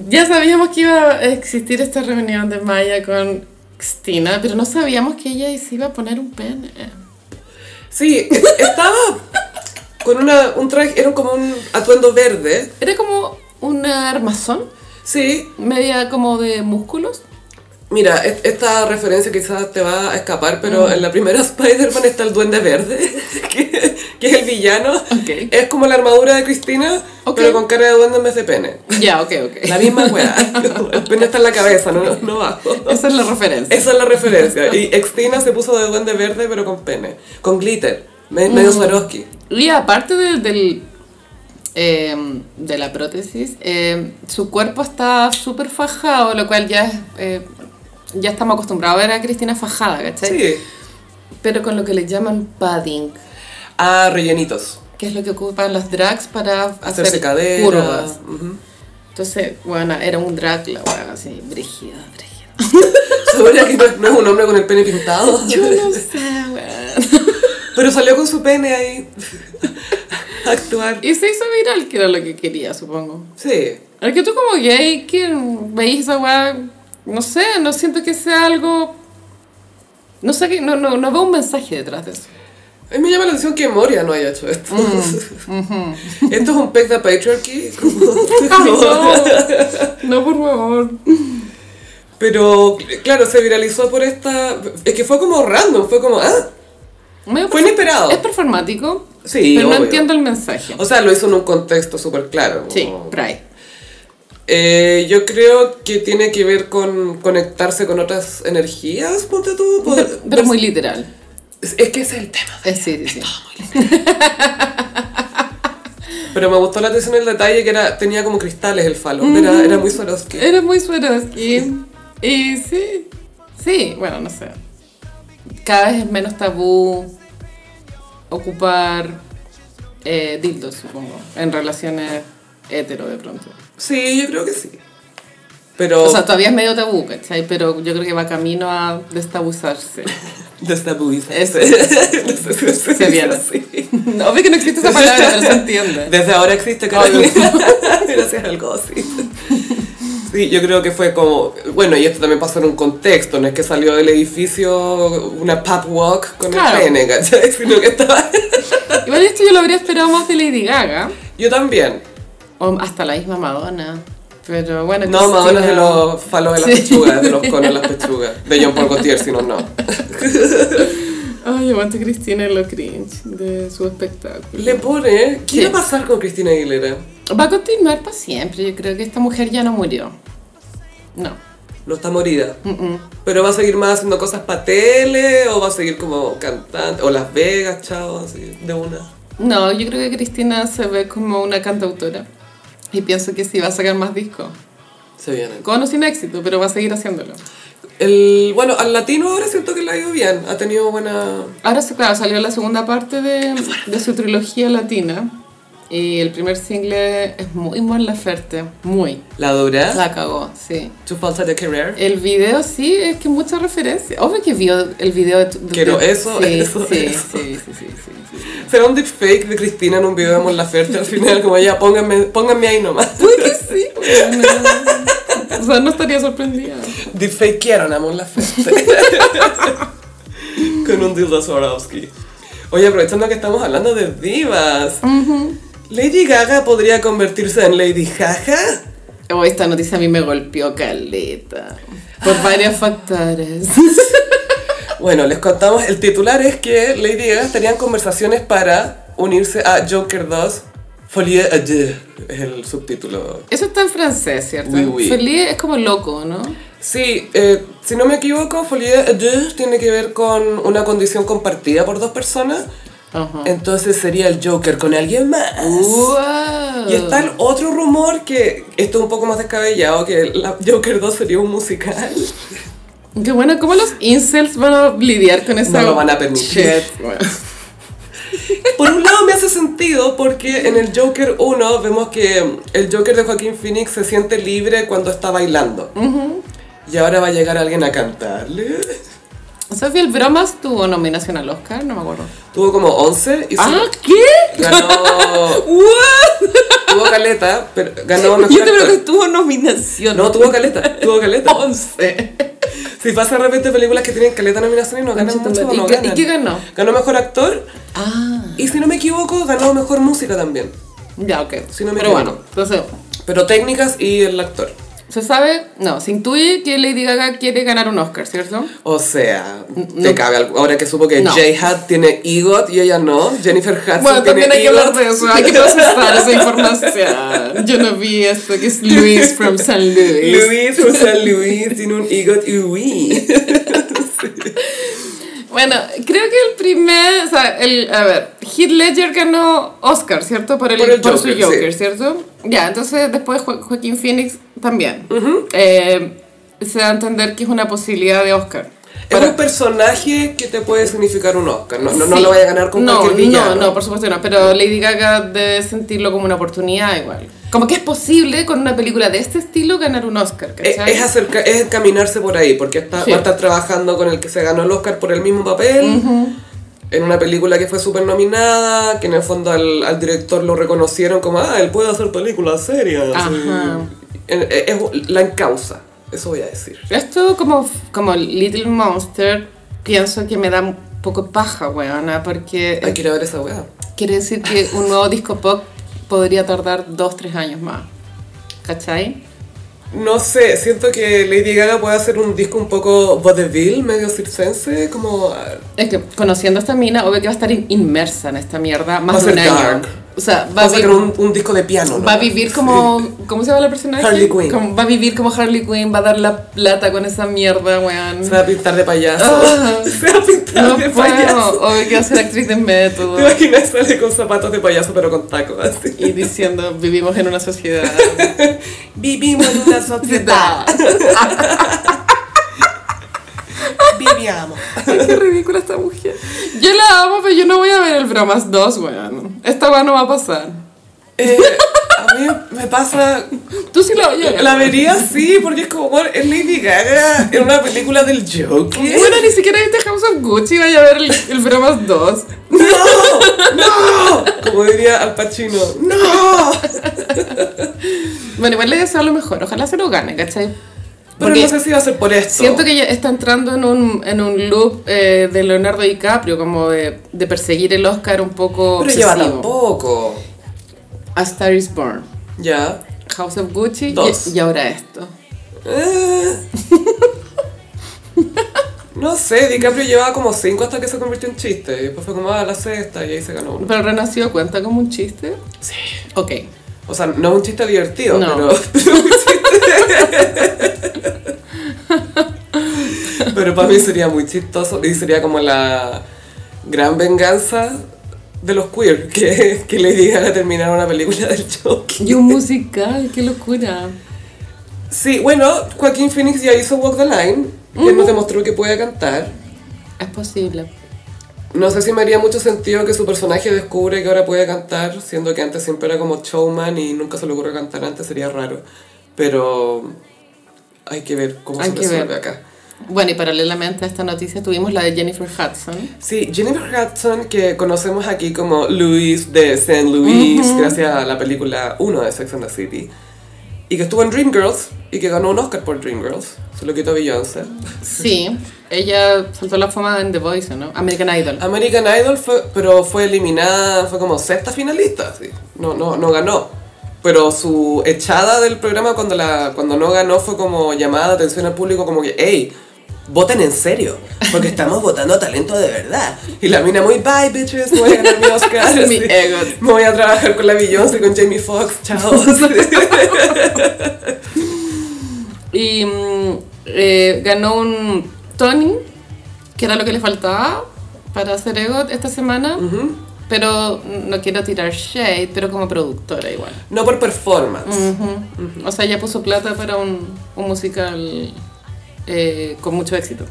B: ya sabíamos que iba a existir esta reunión de Maya con Cristina, pero no sabíamos que ella se iba a poner un pene.
A: Sí, es- estaba con una, un traje, era como un atuendo verde.
B: Era como una armazón,
A: Sí,
B: media como de músculos.
A: mira, es- esta referencia quizás te va a escapar, pero en la primera Spider-Man está el duende verde, que, que es el villano.
B: Ok.
A: Es como la armadura de Cristina,
B: Ok.
A: pero con cara de duende en vez de pene.
B: Ya, ok, ok.
A: La misma weá. El pene está en la cabeza, no, no bajo.
B: Esa es la referencia.
A: Esa es la referencia. Y Extina se puso de duende verde, pero con pene. Con glitter. Me-
B: Mm.
A: Medio Swarovski.
B: Y aparte del- del, eh, de la prótesis, eh, su cuerpo está súper fajado, lo cual ya es, eh, ya estamos acostumbrados a ver a Cristina fajada, ¿cachai?
A: Sí.
B: pero con lo que le llaman padding,
A: Ah, rellenitos.
B: que es lo que ocupan las drags para hacer
A: Hacerse cadera.
B: curvas.
A: Ujú.
B: Entonces, bueno, era un drag, la weá, así, brígida, brígida.
A: Seguro que no, no es un hombre con el pene pintado.
B: Yo no sé, weá.
A: Pero salió con su pene ahí. a actuar.
B: Y se hizo viral, que era lo que quería, supongo.
A: Sí.
B: Es que tú como gay, que veis esa weá, no sé, no siento que sea algo... No sé, que, no, no, no veo un mensaje detrás de eso.
A: A mí me llama la atención que Moria no haya hecho esto.
B: Mm,
A: Esto es un pec de patriarchy.
B: Ay, no, no, por favor.
A: Pero, claro, se viralizó por esta... Es que fue como random, fue como, ah,
B: Medio
A: Fue
B: perfor-
A: inesperado.
B: Es performático,
A: Sí,
B: pero no
A: obvio.
B: entiendo el mensaje.
A: O sea, lo hizo en un contexto súper claro.
B: Sí,
A: como-
B: Pride.
A: Eh, yo creo que tiene que ver con conectarse con otras energías, ponte tú. pod-
B: Pero, pero muy literal.
A: es, es que ese es el tema.
B: Eh, sí, sí, sí.
A: Pero me gustó la atención el detalle que era, tenía como cristales el falo.
B: Mm.
A: Era, era muy Swarovski.
B: Era muy Swarovski. Y sí. Sí, bueno, no sé. Cada vez es menos tabú ocupar eh, dildos, supongo, en relaciones hetero de pronto.
A: Sí, yo creo que sí. Pero
B: O sea, todavía es medio tabú, ¿cachai? Pero yo creo que va camino a destabuzarse.
A: desde Buiza.
B: Eso.
A: Se
B: Se viene. No, obvio que no existe esa palabra, pero se entiende.
A: Desde ahora existe Carolina. Gracias al gossip. Sí, yo creo que fue como. Bueno, y esto también pasó en un contexto, no es que salió del edificio una pap walk con
B: Claro.
A: el pene, ¿cachai? Sino que estaba.
B: Igual esto yo lo habría esperado más de Lady Gaga.
A: Yo también.
B: O hasta la misma Madonna. Pero bueno,
A: No, Madonna es de
B: Cristina-
A: los falos de las
B: Sí.
A: pechugas, de los conos de las pechugas. De John Paul Gaultier, si no, no.
B: Ay, aguante Cristina lo cringe de su espectáculo.
A: Le pone. ¿Qué
B: Sí.
A: va a pasar con Cristina Aguilera?
B: Va a continuar para siempre. Yo creo que esta mujer ya no murió. No.
A: No está morida.
B: Mm-mm.
A: Pero va a seguir más haciendo cosas para tele, o va a seguir como cantante, o Las Vegas, chao, así, de una.
B: No, yo creo que Cristina se ve como una cantautora. Y pienso que sí va a sacar más discos.
A: Se vienen.
B: Con o sin éxito, pero va a seguir haciéndolo.
A: El, bueno, al latino ahora siento que le ha ido bien. Ha tenido buena.
B: Ahora, sí, claro, salió la segunda parte de, de su trilogía latina. Y el primer single es muy Mon Laferte, muy.
A: La dura.
B: La cagó, sí.
A: Tu falta de querer.
B: El video sí, es que mucha referencia. Obvio que vio el video de... tu- de-
A: Quiero
B: de-
A: eso,
B: sí,
A: eso,
B: sí,
A: eso.
B: sí, sí, sí, sí, sí.
A: Será un deepfake de Cristina en un video de Mon Laferte al final, como ya, pónganme, pónganme ahí nomás.
B: Puede que sí. bueno. O sea, no estaría sorprendida.
A: Deepfakearon a Mon Laferte. Con un dildo Swarovski. Oye, aprovechando que estamos hablando de divas. ¿Lady Gaga podría convertirse en Lady Jaja?
B: Oh, esta noticia a mí me golpeó caleta.
A: Ah.
B: Por varios factores.
A: Bueno, les contamos, el titular es que Lady Gaga estarían conversaciones para unirse a Joker 2. Folie à deux es el subtítulo.
B: Eso está en francés, ¿cierto?
A: Oui, oui.
B: Feliz es como loco, ¿no?
A: Sí, eh, si no me equivoco, Folie à deux tiene que ver con una condición compartida por dos personas.
B: Ajá.
A: Entonces sería el Joker con alguien más.
B: Uh. Wow.
A: Y está el otro rumor que esto es un poco más descabellado, que la Joker 2 sería un musical.
B: Qué bueno, ¿cómo los incels van a lidiar con esa
A: lo van a permitir.
B: shit? Bueno.
A: Por un lado me hace sentido porque en el Joker 1 vemos que el Joker de Joaquín Phoenix se siente libre cuando está bailando. Y ahora va a llegar alguien a cantarle.
B: Sofía, el Bromas tuvo nominación al Oscar, no me acuerdo.
A: Tuvo como 11 y se-
B: ¿Ah, qué?
A: ganó...
B: ¿What?
A: tuvo caleta, pero ganó mejor
B: Yo te creo que
A: actor.
B: tuvo nominación.
A: No, tuvo caleta, tuvo caleta.
B: 11.
A: Si pasa de repente películas que tienen caleta nominación y no ganan
B: Conchetumare.
A: mucho, no
B: ¿Y qué-
A: ganan.
B: y qué ganó?
A: Ganó mejor actor
B: Ah,
A: y si no me equivoco ganó mejor música también.
B: ya, ok.
A: Si no me
B: Pero
A: equivoco.
B: bueno, entonces,
A: Pero técnicas y el actor.
B: se sabe, no, se intuye que Lady Gaga quiere ganar un Oscar, ¿cierto?
A: O sea,
B: no.
A: te cabe algo. Ahora que supo que
B: No.
A: J-Hat tiene EGOT y ella no, Jennifer Hudson
B: Bueno,
A: Ah,
B: también
A: tiene
B: hay que hablar
A: EGOT.
B: de eso, hay que procesar esa información. Yo no vi esto, que es Luis from San Luis.
A: Luis, o sea, Luis tiene un EGOT y oui.
B: Bueno, creo que el primer, o sea, el, a ver, Heath Ledger ganó Oscar, ¿cierto? Por, el,
A: Por el
B: por
A: Joker,
B: su Joker,
A: sí.
B: ¿cierto? Ya, entonces después Jo- Joaquín Phoenix también. Eh, se da a entender que es una posibilidad de Oscar.
A: Es
B: Para-
A: un personaje que te puede significar un Oscar. No, no, no
B: Sí.
A: lo vaya a ganar con
B: no,
A: cualquier villano.
B: No, no, por supuesto que no, pero Lady Gaga debe sentirlo como una oportunidad igual. Como que es posible con una película de este estilo ganar un Oscar,
A: Es,
B: ¿cachai?
A: Eh, es acerca- es encaminarse por ahí, porque está,
B: Sí.
A: va a estar trabajando con el que se ganó el Oscar por el mismo papel, en una película que fue súper nominada, que en el fondo al, al director lo reconocieron como, ah, él puede hacer películas serias.
B: Ajá.
A: y- en- e, Es, es la encausa, eso voy a decir.
B: Esto como, como Little Monster, pienso que me da un poco paja, weona, porque
A: Hay que ir a ver esa weá.
B: quiere decir que un nuevo disco pop podría tardar 2-3 años más. ¿Cachai?
A: No sé, siento que Lady Gaga puede hacer un disco un poco vaudeville, medio circense, como... ah,
B: Es que conociendo a esta mina, obvio que va a estar in- inmersa en esta mierda
A: Va a
B: más de
A: ser
B: un año.
A: dark.
B: O sea,
A: Va
B: va
A: a
B: a
A: sacar
B: vivir,
A: un, un disco de piano. ¿no?
B: va a vivir como. ¿Cómo se llama la personaje?
A: Harley Quinn.
B: Como- va a vivir como Harley Quinn, va a dar la plata con esa mierda, weón.
A: Se va a pintar de payaso.
B: Ah.
A: se va a pintar
B: no
A: de
B: puedo,
A: payaso.
B: obvio que va a ser actriz de método.
A: ¿Te imaginas? Sale con zapatos de payaso, pero con tacos así.
B: Y diciendo, vivimos en una sociedad.
A: Vivimos en una Vivíamos.
B: Ay, qué ridícula esta mujer. Yo la amo, pero yo no voy a ver el Bromas 2, weón. Esta weón no va a pasar.
A: Eh, a mí me pasa...
B: Tú sí la voy a ver.
A: La vería así, porque es como, bueno, es Lady Gaga en una película del Joker.
B: Bueno, ni siquiera viste House of Gucci, vaya a ver el, el Bromas 2.
A: ¡No! ¡No! Como diría Al Pacino, ¡No!
B: Bueno, igual le deseo lo mejor. Ojalá se lo gane, ¿cachai?
A: Pero
B: Porque
A: no sé si va a ser por esto.
B: siento que ya está entrando en un, en un loop eh, de Leonardo DiCaprio, como de, de perseguir el Oscar un poco
A: Pero lleva
B: obsesivo.
A: tampoco.
B: A Star is Born,
A: Ya.
B: House of Gucci
A: Dos.
B: y- y ahora esto.
A: Eh. No sé, DiCaprio llevaba como 5 hasta que se convirtió en chiste. Y después fue como, ah, la sexta, y ahí se ganó uno.
B: Pero Renacido cuenta como un chiste.
A: Sí.
B: Ok.
A: O sea, no es un chiste divertido,
B: No.
A: pero. pero para mí sería muy chistoso y sería como la gran venganza de los queer que, que Lady Gaga terminara una película del Joker.
B: Y un musical, qué locura.
A: Sí, bueno, Joaquín Phoenix ya hizo Walk the Line, que nos demostró que puede cantar.
B: Es posible.
A: No sé si me haría mucho sentido que su personaje descubre que ahora puede cantar, siendo que antes siempre era como showman y nunca se le ocurrió cantar antes, sería raro. Pero hay que ver cómo
B: Hay
A: se
B: que
A: resuelve
B: ver.
A: acá.
B: Bueno, y paralelamente a esta noticia tuvimos la de Jennifer Hudson.
A: Sí, Jennifer Hudson, que conocemos aquí como Louise de St. Louis, gracias a la película 1 de Sex and the City, y que estuvo en Dreamgirls y que ganó un Oscar por Dreamgirls, se lo quitó a Beyoncé.
B: Sí, ella saltó a la fama en The Voice, ¿no? American Idol.
A: American Idol, fue, pero fue eliminada, fue como sexta finalista, sí. no, no, no ganó. Pero su echada del programa cuando, la, cuando no ganó fue como llamada de atención al público, como que, hey, voten en serio, porque estamos votando a talento de verdad. Y la mina muy, bye bitches, me voy a ganar mi Oscar.
B: Mi
A: así.
B: ego.
A: Me voy a trabajar con la Beyoncé, con Jamie Foxx, chao.
B: Y mm, eh, ganó un Tony, que era lo que le faltaba para hacer ego esta semana. Pero mm, no quiero tirar shade, pero como productora igual.
A: no por performance.
B: O sea, ella puso plata para un, un musical eh, con mucho éxito.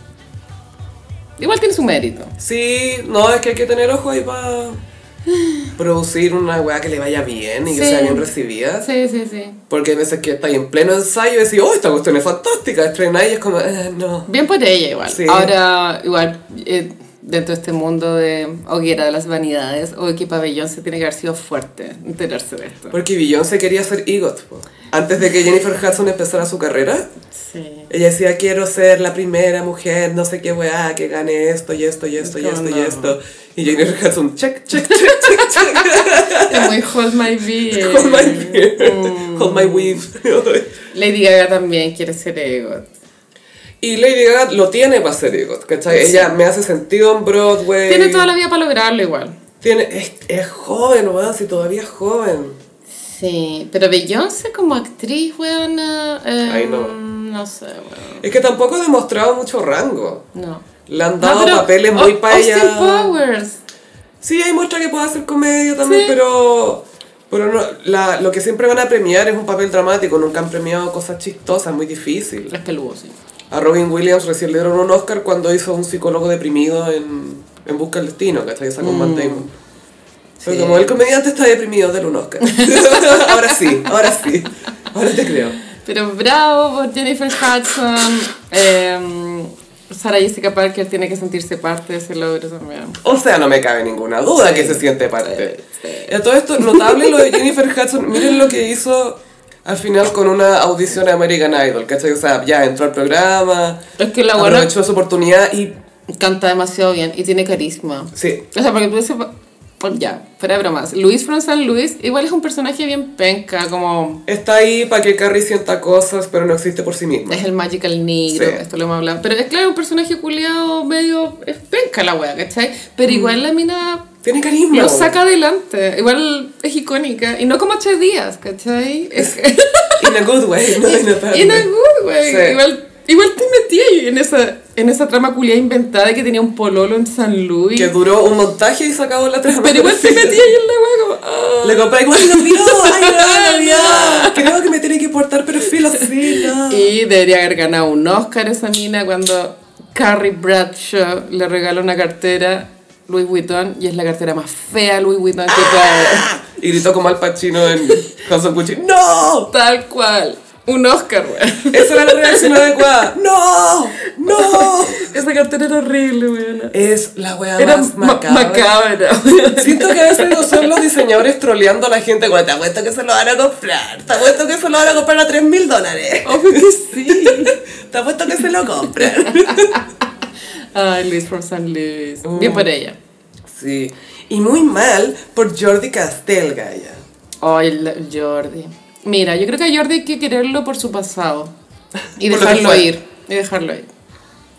B: Igual tiene su mérito.
A: Sí, no, es que hay que tener ojo ahí para producir una weá que le vaya bien y que
B: Sí.
A: sea bien recibida.
B: Sí, sí, sí.
A: Porque hay veces que estáis en pleno ensayo y decís, oh, esta cuestión es fantástica, estrenáis y es como, "Eh, no.
B: Bien por ella igual.
A: Sí.
B: Ahora, igual, eh, dentro de este mundo de hoguera de las vanidades, o que pabellón se tiene que haber sido fuerte enterarse de esto.
A: Porque Beyoncé quería ser EGOT. po. Antes de que Jennifer Hudson empezara su carrera,
B: Sí.
A: ella decía, quiero ser la primera mujer, no sé qué weá, que gane esto y esto y esto y
B: Como
A: esto y
B: no.
A: esto. Y Jennifer Hudson, check, check, check, check, check.
B: Es muy hold my beer.
A: Hold my
B: Eh,
A: beer. Hold
B: mm.
A: my weave.
B: Lady Gaga también quiere ser EGOT.
A: y Lady Gaga lo tiene para ser EGOT, ¿cachai?
B: Sí.
A: Ella me hace sentido en Broadway.
B: Tiene toda la vida para lograrlo igual.
A: Tiene- es, es joven, weón, si todavía es joven.
B: Sí, pero Beyoncé como actriz, weón,
A: Ay, no.
B: no sé, weón.
A: Es que tampoco ha demostrado mucho rango.
B: No.
A: Le han dado
B: No, pero
A: papeles muy
B: Au-
A: para
B: Austin
A: ella.
B: Powers.
A: Sí, hay muestra que puede hacer comedia también,
B: Sí.
A: pero, pero no, la- lo que siempre van a premiar es un papel dramático. Nunca han premiado cosas chistosas, muy difícil.
B: Es peludo, sí.
A: A Robin Williams recién le dieron un Oscar cuando hizo un psicólogo deprimido en, en Busca del Destino, ¿cachai? Esa con Matt Damon. Pero
B: Mm. Sí.
A: como el comediante está deprimido, dale un Oscar. ahora sí, ahora sí. Ahora te creo.
B: Pero bravo por Jennifer Hudson. Eh, Sarah Jessica Parker tiene que sentirse parte de ese logro también.
A: O sea, no me cabe ninguna duda que se siente parte. A todo esto, notable lo de Jennifer Hudson. Miren lo que hizo al final con una audición a American Idol, ¿cachai? O sea, ya entró al programa,
B: Es que la buena
A: aprovechó su oportunidad y...
B: canta demasiado bien y tiene carisma.
A: Sí,
B: O sea, porque tú dices, pues ya, fuera de bromas. Luis from San Luis igual es un personaje bien penca, como
A: está ahí para que Carrie sienta cosas, pero no existe por sí misma.
B: es el Magical Negro,
A: Sí.
B: esto lo hemos hablado. Pero es claro, un personaje culiado medio, es penca la wea, ¿cachai? Pero igual la mina
A: Tiene carisma.
B: lo
A: weón.
B: saca adelante, igual es icónica. Y no como Che Díaz, ¿cachai? Es,
A: In a good way, no in a bad
B: In a
A: way.
B: good way.
A: Sí.
B: Igual, igual te metí ahí en esa, en esa trama culiada inventada que tenía un pololo en San Luis.
A: Que duró un montaje y sacado la trama.
B: pero igual te
A: perfecta.
B: metí ahí en la wea como. ah.
A: Le compré igual no vio, ay no, no vio. Creo que me tienen que portar perfil así, no.
B: "Ah". Y debería haber ganado un Oscar esa mina cuando Carrie Bradshaw le regaló una cartera Louis Vuitton y es la cartera más fea Louis Vuitton que puede haber.
A: Y gritó como Al Pacino en House of Gucci. ¡No!
B: Tal cual. Un Oscar, weón.
A: Esa era la reacción adecuada. ¡No! ¡No!
B: Esa cartera era horrible, weón.
A: Es la wea
B: Era
A: más
B: ma-
A: macabra.
B: macabra. weón.
A: Siento que a veces no son los diseñadores troleando a la gente como te apuesto que se lo van a comprar, te apuesto que se lo van a comprar a 3 mil dólares,
B: Obvio que sí.
A: te apuesto que se lo compran.
B: Ay, Luis from San Luis. Bien por ella.
A: Sí, y muy mal por Jordi Castel, Gaya.
B: Ay, el- el Jordi. Mira, yo creo que a Jordi hay que quererlo por su pasado. Y
A: Por lo que
B: dejarlo
A: fue.
B: ir. Y dejarlo ir.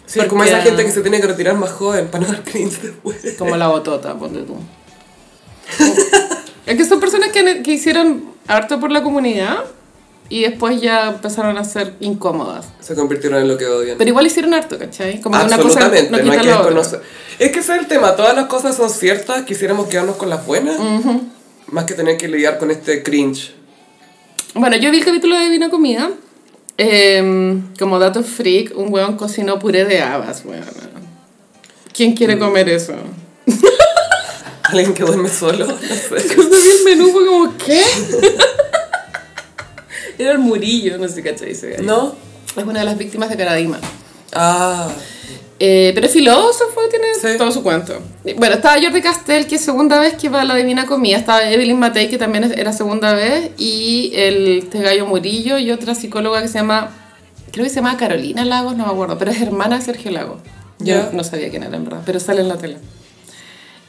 A: Sí, como
B: Porque-
A: esa gente que se tiene que retirar más joven para no dar cringe después.
B: Como la botota, ponte tú. es que son personas que, que hicieron harto por la comunidad y después ya empezaron a ser incómodas.
A: Se convirtieron en lo que odian.
B: Pero igual hicieron harto, ¿cachai? Como que una cosa
A: Absolutamente, no, hay
B: quita
A: que
B: la otra.
A: desconocer. Es que ese es el tema, todas las cosas son ciertas, quisiéramos quedarnos con las buenas, más que tener que lidiar con este cringe.
B: Bueno, yo vi el capítulo de Divina Comida. Eh, como dato Mm. freak, un weón cocinó puré de habas, weón. ¿Quién quiere comer eso?
A: Alguien que duerme solo, no sé.
B: Cuando Pues vi el menú fue como, ¿qué? Era el Murillo, no sé si cachai ese gallo.
A: ¿No?
B: Es una de las víctimas de Caradima.
A: Ah,
B: Eh, pero es filósofo, tiene
A: Sí.
B: todo su cuento. Y, Bueno, estaba Jordi Castell, que es segunda vez que va a la Divina Comida. Estaba Evelyn Matei, que también es- era segunda vez. Y el este gallo Murillo y otra psicóloga que se llama, creo que se llama Carolina Lagos, no me acuerdo, pero es hermana de Sergio Lagos. Yo
A: Ya.
B: no sabía quién era, en verdad, pero sale en la tele.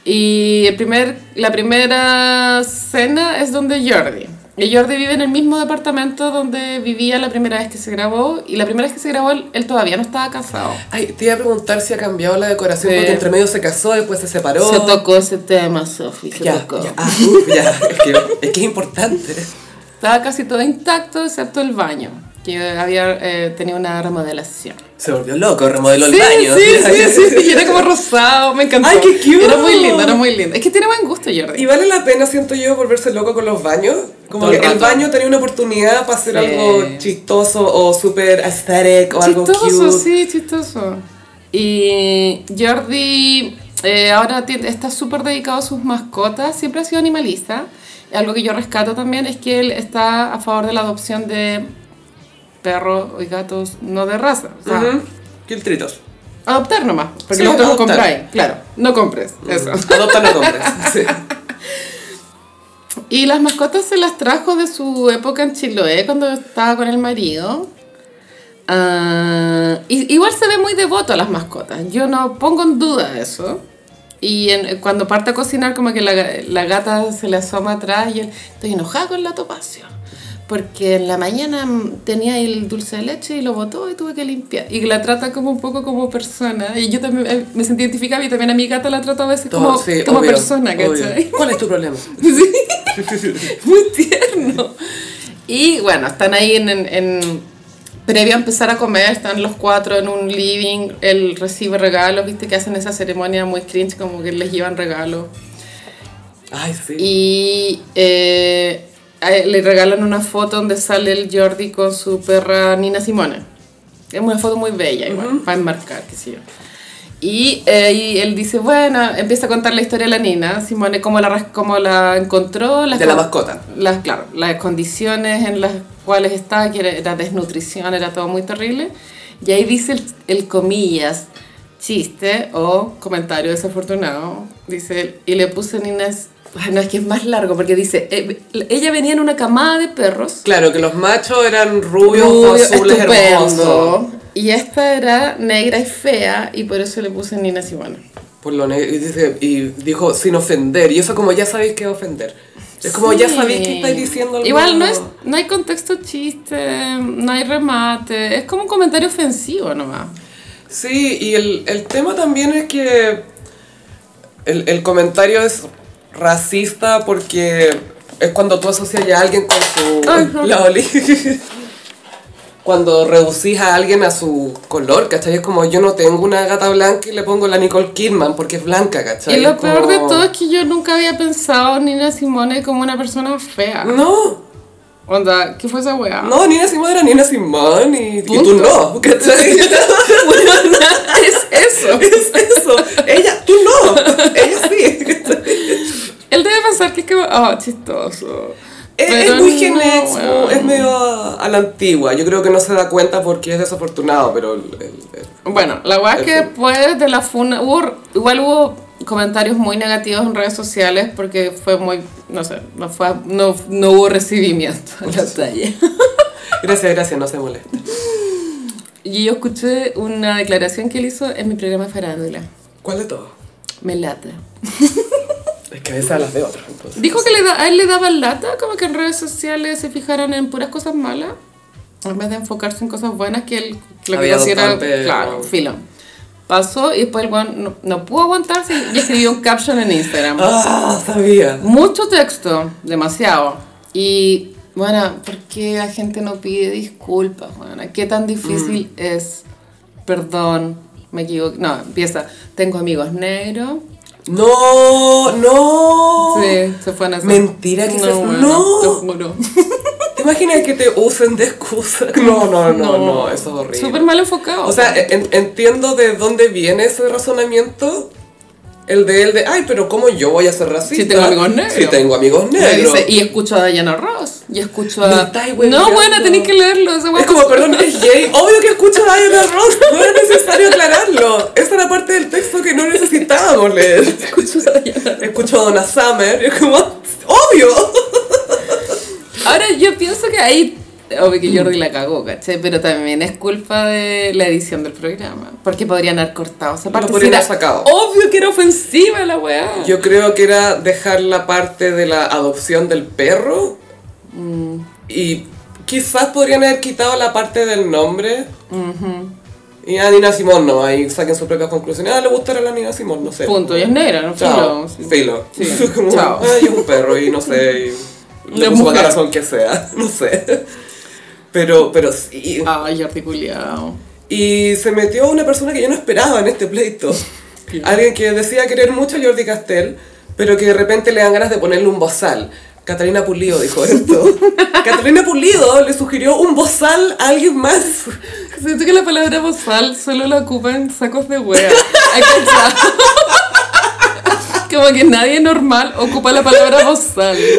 B: Y el primer, la primera cena es donde Jordi. Y Jordi vive en el mismo departamento donde vivía la primera vez que se grabó. Y la primera vez que se grabó, él, él todavía no estaba casado.
A: Ay, te iba a preguntar si ha cambiado la decoración
B: Sí.
A: porque entre medio se casó, después se separó.
B: Se tocó ese tema, Sofi, se
A: Ya,
B: tocó.
A: ya, ah, uh, ya. Es que es, que es importante.
B: Estaba casi todo intacto, excepto el baño, que había eh, tenido una remodelación.
A: Se volvió loco, remodeló el
B: sí,
A: baño.
B: sí, sí, sí, y era como rosado, me encantó.
A: Ay, qué cute.
B: Era muy lindo, era muy lindo. Es que tiene buen gusto, Jordi.
A: Y vale la pena, siento yo, volverse loco con los baños. Como
B: Todo
A: que
B: el
A: el,
B: rato.
A: baño tenía una oportunidad para hacer
B: Sí.
A: algo chistoso o súper aesthetic o algo
B: chistoso,
A: cute.
B: sí, chistoso. Y Jordi eh, ahora ti- está súper dedicado a sus mascotas, siempre ha sido animalista. Algo que yo rescato también es que él está a favor de la adopción de perros y gatos no de raza. O sea,
A: Ujú. Quiltritos.
B: Adoptar nomás, porque
A: Sí,
B: los otros no
A: adoptar.
B: compráis, claro, no compres, eso.
A: Adopta no compres. Sí.
B: Y las mascotas se las trajo de su época en Chiloé, cuando estaba con el marido. Ah, y- igual se ve muy devoto a las mascotas, yo no pongo en duda eso. Y en- cuando parte a cocinar, como que la, la gata se le asoma atrás y él, estoy enojada con la topacio. Porque en la mañana mm, tenía el dulce de leche y lo botó y tuve que limpiar. Y la trata como un poco como persona. Y yo también eh, me sentí identificada y también a mi gata la trato a veces
A: Todo,
B: como,
A: sí,
B: como
A: obvio,
B: persona,
A: obvio.
B: ¿cachai?
A: ¿Cuál es tu problema?
B: Sí. Muy tierno. Y bueno, están ahí en, en, en- Previo a empezar a comer, están los cuatro en un living. Él recibe regalos, viste que hacen esa ceremonia muy cringe, como que les llevan regalos.
A: Ay, sí.
B: Y eh, a él le regalan una foto donde sale el Jordi con su perra Nina Simone. Es una foto muy bella, igual, para enmarcar, qué sé yo. Y, eh, y él dice, bueno, empieza a contar la historia de la Nina, Simone, cómo la, ras- cómo la encontró. Las
A: De la
B: con-
A: mascota.
B: Las, claro, las condiciones en las cuales estaba, que era, era desnutrición, era todo muy terrible. Y ahí dice el, el comillas, chiste o comentario desafortunado, dice él, y le puse Nina, es- bueno, es que es más largo, porque dice, eh, ella venía en una camada de perros,
A: Claro, que los machos eran rubios,
B: rubio,
A: azules, hermosos.
B: estupendo, y esta era negra y fea, y por eso le puse Nina Simona.
A: Por lo negro. Y, dice- y dijo sin ofender. Y eso como ya sabéis que va a ofender. Es como
B: Sí.
A: ya sabéis que estáis diciendo algo.
B: Igual no, es, no hay contexto chiste, no hay remate, es como un comentario ofensivo nomás.
A: Sí, y el, el tema también es que el, el comentario es racista porque es cuando tú asocias ya a alguien con su...
B: Ajá.
A: La Oli. Cuando reducís a alguien a su color, ¿cachai? Es como yo no tengo una gata blanca y le pongo la Nicole Kidman porque es blanca, ¿cachai?
B: Y lo
A: Es como-
B: peor de todo es que yo nunca había pensado a Nina Simone como una persona fea.
A: No,
B: Onda, ¿qué fue esa weá?
A: Mm. no, Nina Simón era Nina Simón y, y tú
B: Punto.
A: no, ¿cachai?
B: es eso.
A: es eso, ella, tú no, ella sí, ¿cachai?
B: Él debe pensar que es como, oh, chistoso.
A: Es,
B: Pero
A: es muy
B: no,
A: genérico,
B: weón.
A: es medio a, a la antigua. Yo creo que no se da cuenta porque es desafortunado, pero el- el- el-
B: Bueno, la weá es que
A: Eso.
B: después de la funa, hubo, igual hubo comentarios muy negativos en redes sociales porque fue muy, no sé, no, fue, no, no hubo recibimiento a la talla.
A: gracias, gracias, no se molesta.
B: Y yo escuché una declaración que él hizo en mi programa Farándula.
A: ¿Cuál de todos?
B: Me lata.
A: Es que a veces hablas de otros. entonces.
B: Dijo que le da- a él le daba lata, como que en redes sociales se fijaran en puras cosas malas, en vez de enfocarse en cosas buenas que él lo que
A: Había
B: considera,
A: bastante,
B: claro,
A: wow.
B: filo. Pasó y después el weón no, no pudo aguantarse y escribió un caption en Instagram.
A: Ah, sabía.
B: Mucho texto, demasiado. Y bueno, ¿por qué la gente no pide disculpas? Bueno, ¿Qué tan difícil
A: Mm.
B: es? Perdón, me equivoqué. No, empieza. Tengo amigos negros.
A: No, no.
B: Sí, se fue a hacer.
A: Mentira que se- ¡No!
B: Te juro.
A: ¿Te imaginas que te usen de excusa? No, no, no, no, eso es horrible.
B: Súper mal enfocado.
A: O sea, en- entiendo de dónde viene ese razonamiento. el de él de, ay, pero ¿cómo yo voy a ser racista?
B: Si tengo amigos negros.
A: Si tengo amigos
B: Me
A: negros.
B: dice, y escucho a Diana Ross. Y escucho
A: Me
B: a.
A: estáis
B: No,
A: hueveando.
B: bueno, tenéis que leerlo. esa
A: Es
B: weá
A: como, perdón, es gay. Obvio que escucho a Diana Ross. No era necesario aclararlo. Esta era parte del texto que no necesitábamos leer. Escucho a Diana Escucho a Donna Summer. y Es como, obvio.
B: Ahora yo pienso que ahí, obvio que Jordi la cagó, ¿cachai? Pero también es culpa de la edición del programa. Porque podrían haber cortado esa parte.
A: podrían
B: si
A: haber sacado.
B: Obvio que era ofensiva la weá.
A: Yo creo que era dejar la parte de la adopción del perro. Y quizás podrían haber quitado la parte del nombre. Y a Nina Simón no, ahí saquen sus propias conclusiones. Ah, le gustará la Nina Simón, no sé.
B: Punto. Y es negra, ¿no?
A: Chao.
B: Filo.
A: Filo.
B: Sí.
A: Como,
B: Chao.
A: Ay, es un perro y no sé. y
B: Es
A: Le puso la
B: mujer.
A: razón que sea, no sé. Pero, pero sí.
B: Ay, Jordi culiao.
A: Y se metió una persona que yo no esperaba en este pleito.
B: ¿Quién?
A: Alguien que decía querer mucho a Jordi Castel, pero que de repente le dan ganas de ponerle un bozal. Catalina Pulido dijo esto. Catalina Pulido le sugirió un bozal a alguien más.
B: Siento que la palabra bozal solo la ocupan sacos de wea. Hay cachado. Como que nadie normal ocupa la palabra bozal.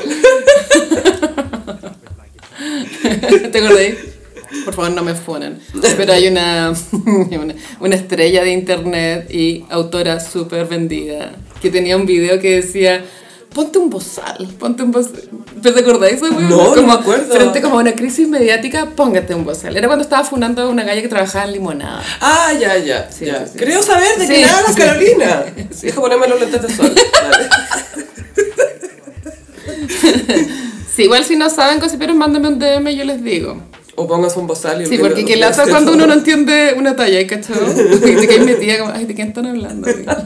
B: ¿Te acordáis? Por favor, no me funen. Pero hay una, una, una estrella de internet y autora súper vendida que tenía un video que decía: Ponte un bozal, ponte un bozal. ¿Pero ¿Te acordáis? esa wea?
A: No, no
B: como,
A: me acuerdo.
B: Frente como a una crisis mediática, póngate un bozal. Era cuando estaba funando a una galla que trabajaba en limonada.
A: Ah, ya, ya. ya.
B: sí, sí.
A: Creo saber de
B: Sí.
A: qué nada, Carolina. Dijo ponerme los lentes de sol. Dale.
B: Sí, igual si no saben cosiperos, mándenme un DM y yo les digo.
A: O pongas un bozal y
B: Sí, porque qué lata
A: este
B: cuando uno no entiende una talla, ¿eh? ¿cachado? Y te quedas metida como, ay, ¿de qué están hablando? Pero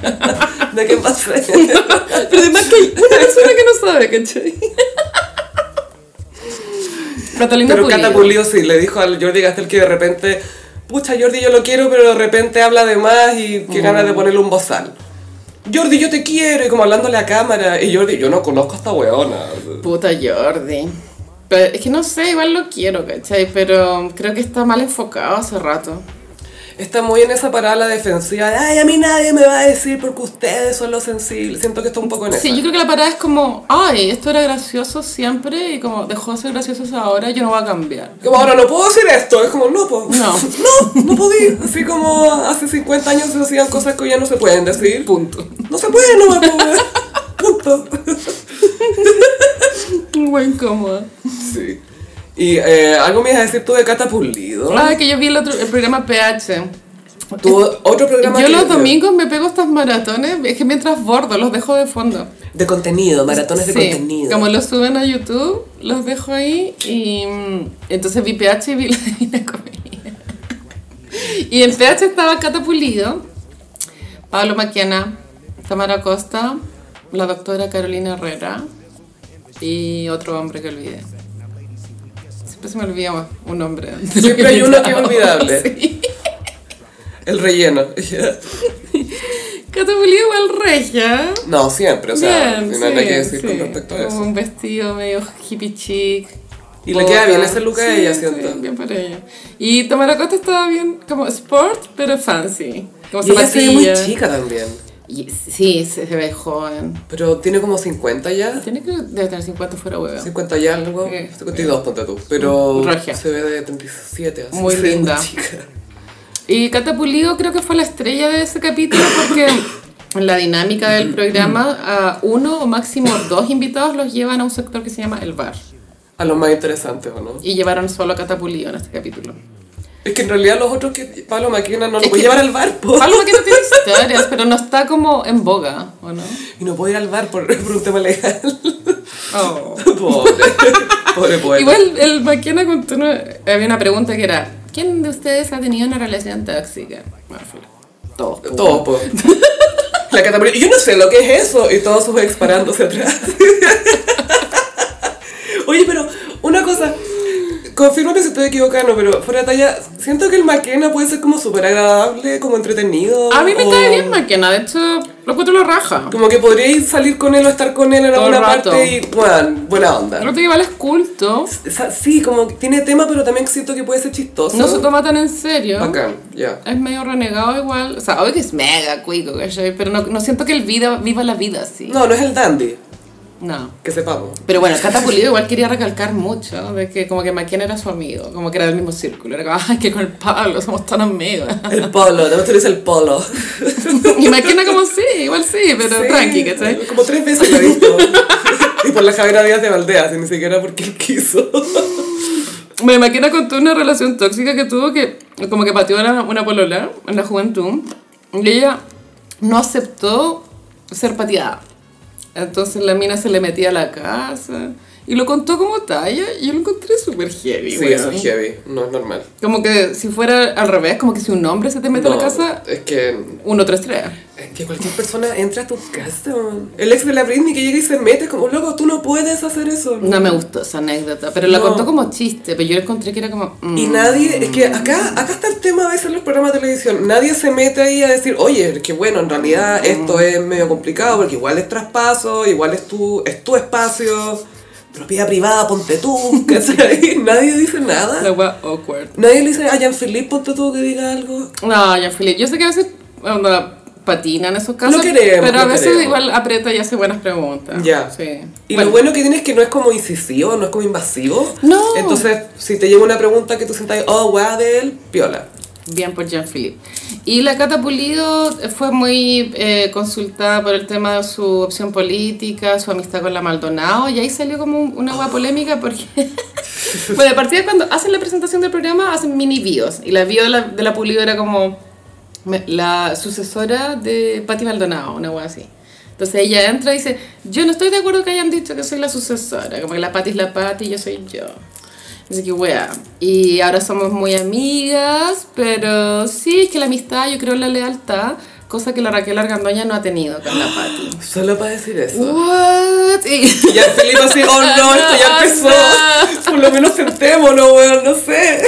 A: ¿De qué pasa?
B: además que hay una persona que no sabe, ¿cachai? Catalina
A: Pero
B: Pulido.
A: Cata Pulido sí le dijo al Jordi Gastel que de repente, pucha Jordi yo lo quiero, pero de repente habla de más y que
B: Mm.
A: ganas de ponerle un bozal. Jordi, yo te quiero, y como hablando a la cámara, y Jordi, yo no conozco a esta weona.
B: Puta Jordi. Pero es que no sé, igual lo quiero, ¿cachai? Pero creo que está mal enfocado hace rato.
A: Está muy en esa parada la defensiva de, ay, a mí nadie me va a decir porque ustedes son los sensibles. Siento que está un poco en
B: Sí,
A: esa.
B: yo creo que la parada es como, ay, esto era gracioso siempre y como dejó de ser gracioso ahora, yo no voy a cambiar.
A: Como, ahora no puedo decir esto. Es como, no, pues.
B: No.
A: no, no podía. Así como hace 50 años se hacían cosas que hoy ya no se pueden decir.
B: Punto.
A: No se puede, no me puedo. Punto.
B: Muy incómodo.
A: Sí. Y eh, algo me ibas a decir tú de Cata Pulido.
B: Ah, que yo vi el otro el programa PH.
A: Tu otro programa
B: Yo
A: que-
B: los domingos me pego estas maratones, es que mientras bordo, los dejo de fondo.
A: De contenido, maratones de
B: Sí,
A: contenido.
B: Como los suben a YouTube, los dejo ahí y mm, entonces vi PH y vi la Divina Comedia. Y en PH estaba Cata Pulido, Pablo Maquiana, Tamara Costa, la doctora Carolina Herrera y otro hombre que olvidé. Siempre se me olvida un hombre.
A: Siempre hay uno que es olvidable.
B: Sí.
A: El relleno.
B: Cata Pulido igual regia.
A: no, siempre, o sea,
B: Bien,
A: no hay nada
B: sí,
A: que decir
B: sí.
A: con respecto a
B: Como
A: eso.
B: Un vestido medio hippie chic.
A: Y le queda
B: bota.
A: bien ese look a ella, siento.
B: Sí, bien para ella. Y Tamara Costa estaba bien como sport, pero fancy. Como
A: Y ella se ve muy
B: zapatillas.
A: chica también.
B: Y- sí, se se ve joven.
A: Pero tiene como 50 ya.
B: Tiene que debe tener 50 fuera hueva.
A: 50 y algo.
B: Sí.
A: 52, ponte tú. Pero
B: Regia.
A: se ve de 37. Así
B: Muy
A: se ve
B: linda.
A: chica.
B: Y Cata Pulido creo que fue la estrella de ese capítulo porque en la dinámica del programa a uno o máximo dos invitados los llevan a un sector que se llama el bar.
A: A lo más interesante, ¿o no?
B: Y llevaron solo a Cata Pulido en este capítulo.
A: Es que en realidad los otros que Pablo Maquina no
B: Es
A: lo puede
B: que-
A: llevar al bar, po.
B: Pablo que no tiene historias, pero no está como en boga, ¿o no?
A: Y no puede ir al bar por, por un tema legal.
B: Oh.
A: Pobre. Pobre poeta.
B: Igual el Maquena contó una- había una pregunta que era, ¿quién de ustedes ha tenido una relación tóxica? Bueno, fue- todos. po.
A: Todo, po. La catapulta. Yo no sé lo que es eso. Y todos sus ex parándose atrás. Oye, pero una cosa. confírmame si estoy equivocada, no, pero fuera de talla, siento que el Maquena puede ser como súper agradable, como entretenido.
B: A mí me
A: o-
B: cae bien Maquena, de hecho, lo encuentro la raja.
A: Como que podríais salir con él o estar con él en
B: Todo el
A: alguna
B: rato.
A: parte y, bueno, buena onda.
B: Creo que igual es culto,
A: O sea, sí, como que tiene tema, pero también siento que puede ser chistoso.
B: no se toma tan en serio.
A: Bacán, ya.
B: Es medio renegado igual. O sea, obvio que es mega cuico, ¿cachai? Pero no, no siento que él vida, viva la vida así.
A: No, no es el dandy,
B: No.
A: que sepamos.
B: Pero bueno, Cata Pulido igual quería recalcar mucho de que como que McKenna era su amigo, como que era del mismo círculo. Era como, ay, que con el Pablo somos tan amigos.
A: El polo, te dice el polo.
B: Y McKenna como, sí, igual sí, pero
A: Sí,
B: tranqui, ¿cachai?
A: Como tres veces lo he visto. y por la Javiera Díaz de Valdea, si ni siquiera porque él quiso.
B: Me imagino contó una relación tóxica que tuvo que como que pateó a la- una polola en la juventud y ella no aceptó ser pateada. Entonces la mina se le metía a la casa y lo contó como talla y yo lo encontré súper heavy.
A: Sí,
B: weón.
A: eso es heavy, no es normal.
B: Como que si fuera al revés, como que si un hombre se te mete a
A: No,
B: la casa,
A: Es que.
B: 1-3-3.
A: Es que cualquier persona entra a tu casa. weón. El ex de la Britney que llega y se mete, es como loco, tú no puedes hacer eso.
B: No me gustó esa anécdota, pero la
A: No.
B: contó como chiste, pero yo encontré que era como... mm.
A: Y nadie, es que acá, acá está el tema a veces en los programas de televisión, nadie se mete ahí a decir, oye, que bueno, en realidad
B: Mm.
A: esto es medio complicado porque igual es traspaso, igual es tu, es tu espacio, propiedad privada, ponte tú, ¿cachai? nadie dice
B: La
A: nada.
B: wea awkward.
A: Nadie le dice a Jean-Philippe, ponte tú que diga algo.
B: No, ya Felipe. Yo sé que a veces onda, patina en esos casos.
A: Lo queremos,
B: pero a
A: lo
B: veces
A: queremos.
B: igual aprieta y hace buenas preguntas.
A: Ya.
B: Sí.
A: Y lo bueno que tiene es que no es como incisivo, no es como invasivo.
B: No.
A: Entonces, si te llega una pregunta que tú sientas, oh, weá de él, piola.
B: Bien por Jean-Philippe. Y la Cata Pulido fue muy eh, consultada por el tema de su opción política, su amistad con la Maldonado, y ahí salió como un- una agua polémica porque... bueno, a partir de cuando hacen la presentación del programa, hacen mini bios, y la bio de la, de la Pulido era como me- la sucesora de Patti Maldonado, una agua así. Entonces ella entra y dice, yo no estoy de acuerdo que hayan dicho que soy la sucesora, como que la Patti es la Patti y yo soy yo. Así que wea. Y ahora somos muy amigas, pero sí, es que la amistad, yo creo en la lealtad, cosa que la Raquel Argandoña no ha tenido con la Patti.
A: Solo para decir eso.
B: Uh. What? Y-
A: Y al Felipe así, oh no, esto
B: Ah,
A: ya empezó. Por lo menos sentémonos, weón, no sé.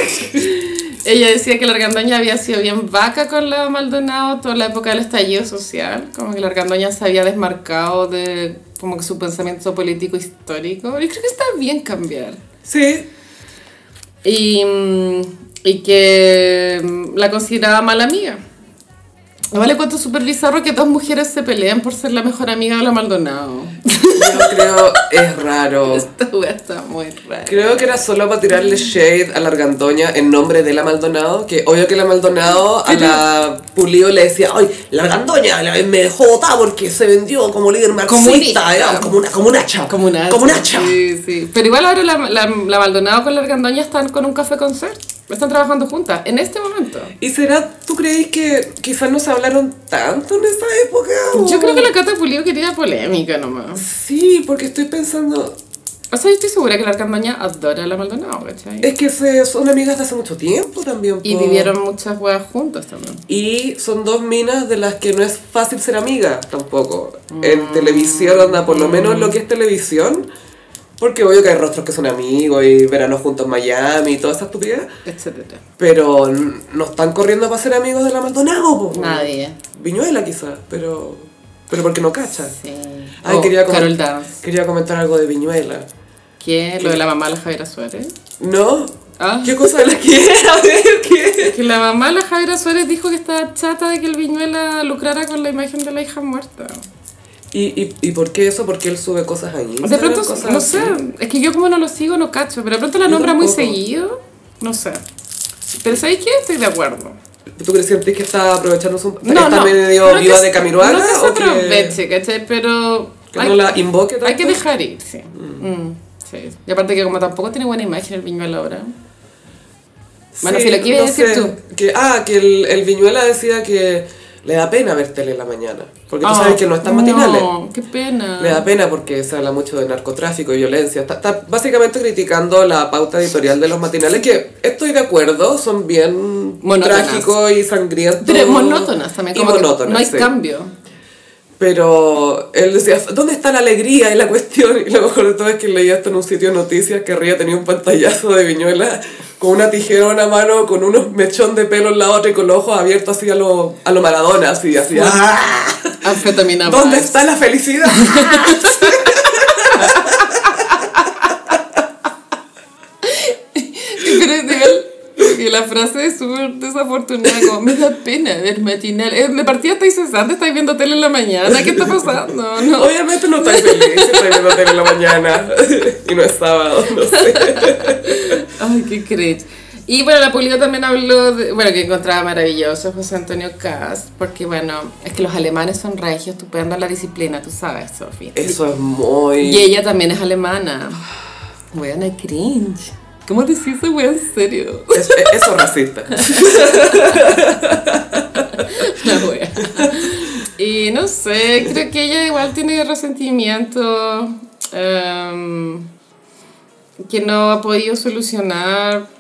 B: Ella decía que la Argandoña había sido bien vaca con la Maldonado toda la época del estallido social, como que la Argandoña se había desmarcado de como que su pensamiento político histórico. Y creo que está bien cambiar.
A: Sí.
B: Y, mm, y que mm, la consideraba mala amiga. Además le cuento súper bizarro que dos mujeres se pelean por ser la mejor amiga de la Maldonado.
A: Yo creo, es raro.
B: Esta wea está muy rara.
A: Creo que era solo para tirarle shade a la argandoña en nombre de la Maldonado, que obvio que la Maldonado a la Pulido le decía, ay, la argandoña la- me dejó votar porque se vendió como líder marxista,
B: Comunista.
A: era como una, como un hacha.
B: Como una
A: Como un hacha.
B: Sí, sí. Pero igual ahora la, la, la Maldonado con la Argandoña están con un café concert. Están trabajando juntas en este momento.
A: ¿Y será, tú creéis que quizás no se hablaron tanto en esa época?
B: Yo creo que la Cata Pulido quería polémica nomás.
A: Sí, porque estoy pensando,
B: O sea, yo estoy segura que la Argandoña adora a la Maldonado, ¿cachai?
A: Es que se- son amigas de hace mucho tiempo también.
B: Y
A: po.
B: vivieron muchas weas juntas también.
A: Y son dos minas de las que no es fácil ser amiga tampoco.
B: Mm.
A: En televisión, anda, por lo menos lo que es televisión. Porque obvio que hay rostros que son amigos y veranos juntos en Miami y toda esa estupidez.
B: Etcétera.
A: Pero n- no están corriendo para ser amigos de la Maldonado, po.
B: Nadie.
A: Viñuela quizás, pero, pero porque no cacha.
B: Sí.
A: Ay,
B: Oh,
A: quería, comen-
B: Carol Dance.
A: quería comentar algo de Viñuela.
B: ¿Qué? Lo de la mamá de la Javiera Suárez.
A: ¿No?
B: Ah.
A: ¿Qué cosa de la que A ver, ¿qué?
B: Que la mamá de la Javiera Suárez dijo que estaba chata de que el Viñuela lucrara con la imagen de la hija muerta.
A: ¿Y, y, y por qué eso? Porque él sube cosas ahí.
B: De pronto, no sé, es que yo como no lo sigo, no cacho, pero de pronto la
A: Yo
B: nombra muy
A: tampoco.
B: seguido, no sé. Pero ¿sabéis qué? Estoy de acuerdo.
A: ¿Tú crees sentís que está aprovechando su...
B: No,
A: está
B: no.
A: medio
B: no que
A: viva
B: se-
A: de Camiroaga?
B: No que se
A: o que-
B: aproveche, ¿cachai? Pero
A: Que
B: hay,
A: no la invoque tanto.
B: hay que dejar ir, sí. Mm, sí. Y aparte que como tampoco tiene buena imagen el Viñuela ahora. Bueno, si lo que ibas a decir tú.
A: Que, ah, que el, el Viñuela decía que le da pena ver tele en la mañana. Porque tú
B: Ah,
A: sabes que no están matinales.
B: No, qué pena.
A: Le da pena porque se habla mucho de narcotráfico y violencia. Está, está básicamente criticando la pauta editorial de los matinales, que estoy de acuerdo, son bien
B: Monótonas.
A: trágicos y sangrientos.
B: Pero monótonas también,
A: Y
B: como que
A: monótonas,
B: no hay
A: sí.
B: cambio.
A: Pero él decía, ¿dónde está la alegría y la cuestión? Y lo mejor de todo es que leía esto en un sitio de noticias que Ría tenía un pantallazo de Viñuela con una tijera en una mano, con unos mechón de pelo en la otra y con los ojos abiertos así a lo, a lo Maradona, así, así. ¡ah!
B: Anfetamina
A: ¿Dónde
B: Vibes.
A: está la felicidad?
B: Pero es igual, porque la frase es súper desafortunada, como me da pena ver matinal. Eh, de partida estáis cesante, estáis viendo tele en la mañana, ¿qué está pasando? No.
A: Obviamente no estáis feliz, estáis viendo tele en la mañana y no es sábado, no sé.
B: Ay, qué cringe. Y bueno, la pública también habló de, bueno, que encontraba maravilloso José Antonio Kass, porque bueno, es que los alemanes son regios, estupendo en la disciplina, tú sabes, Sophie.
A: Eso es muy...
B: Y ella también es alemana. Weón, hay cringe. ¿Cómo decís eso, weón, en serio?
A: es- es- eso es racista.
B: La wea. Y no sé, creo que ella igual tiene resentimiento em, que no ha podido solucionar.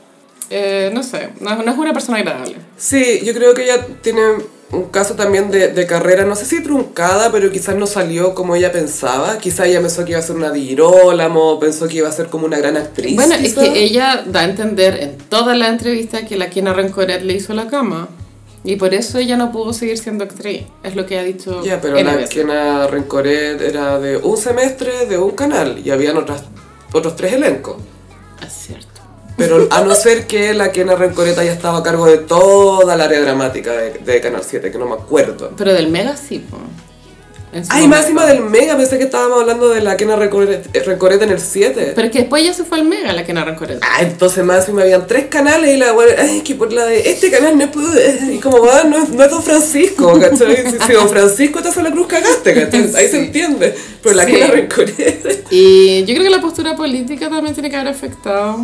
B: Eh, no sé, no, no es una persona agradable.
A: Sí, yo creo que ella tiene un caso también de, de carrera, no sé si truncada, pero quizás no salió como ella pensaba. Quizás ella pensó que iba a ser una dirólamo, pensó que iba a ser como una gran actriz.
B: Bueno, es
A: quizás.
B: que ella da a entender en toda la entrevista que la Kina Rancoret le hizo la cama. Y por eso ella no pudo seguir siendo actriz. Es lo que ha dicho.
A: Ya, pero
B: N
A: la
B: veces.
A: Kena Rencoret era de un semestre, de un canal, y habían otras, otros tres elencos.
B: Es cierto.
A: Pero a no ser que la Kena Rencoret haya estado a cargo de toda el área dramática de, de Canal 7, que no me acuerdo.
B: Pero del mega sí, po. En su
A: Ay,
B: momento.
A: máxima del Mega, pensé que estábamos hablando de la Kena Rencoret, Rencoret en el 7.
B: Pero es que después ya se fue al mega la Kina Rancoret.
A: Ah, entonces más encima habían tres canales y la wea, ay, que por la de este canal no puedo, y como va, no, es- no es Don Francisco, ¿cachai? Si, si Don Francisco estás en la cruz cagaste, ¿cachai? Ahí se
B: Sí.
A: entiende, pero la que
B: Sí.
A: la recorre.
B: Y yo creo que la postura política también tiene que haber afectado.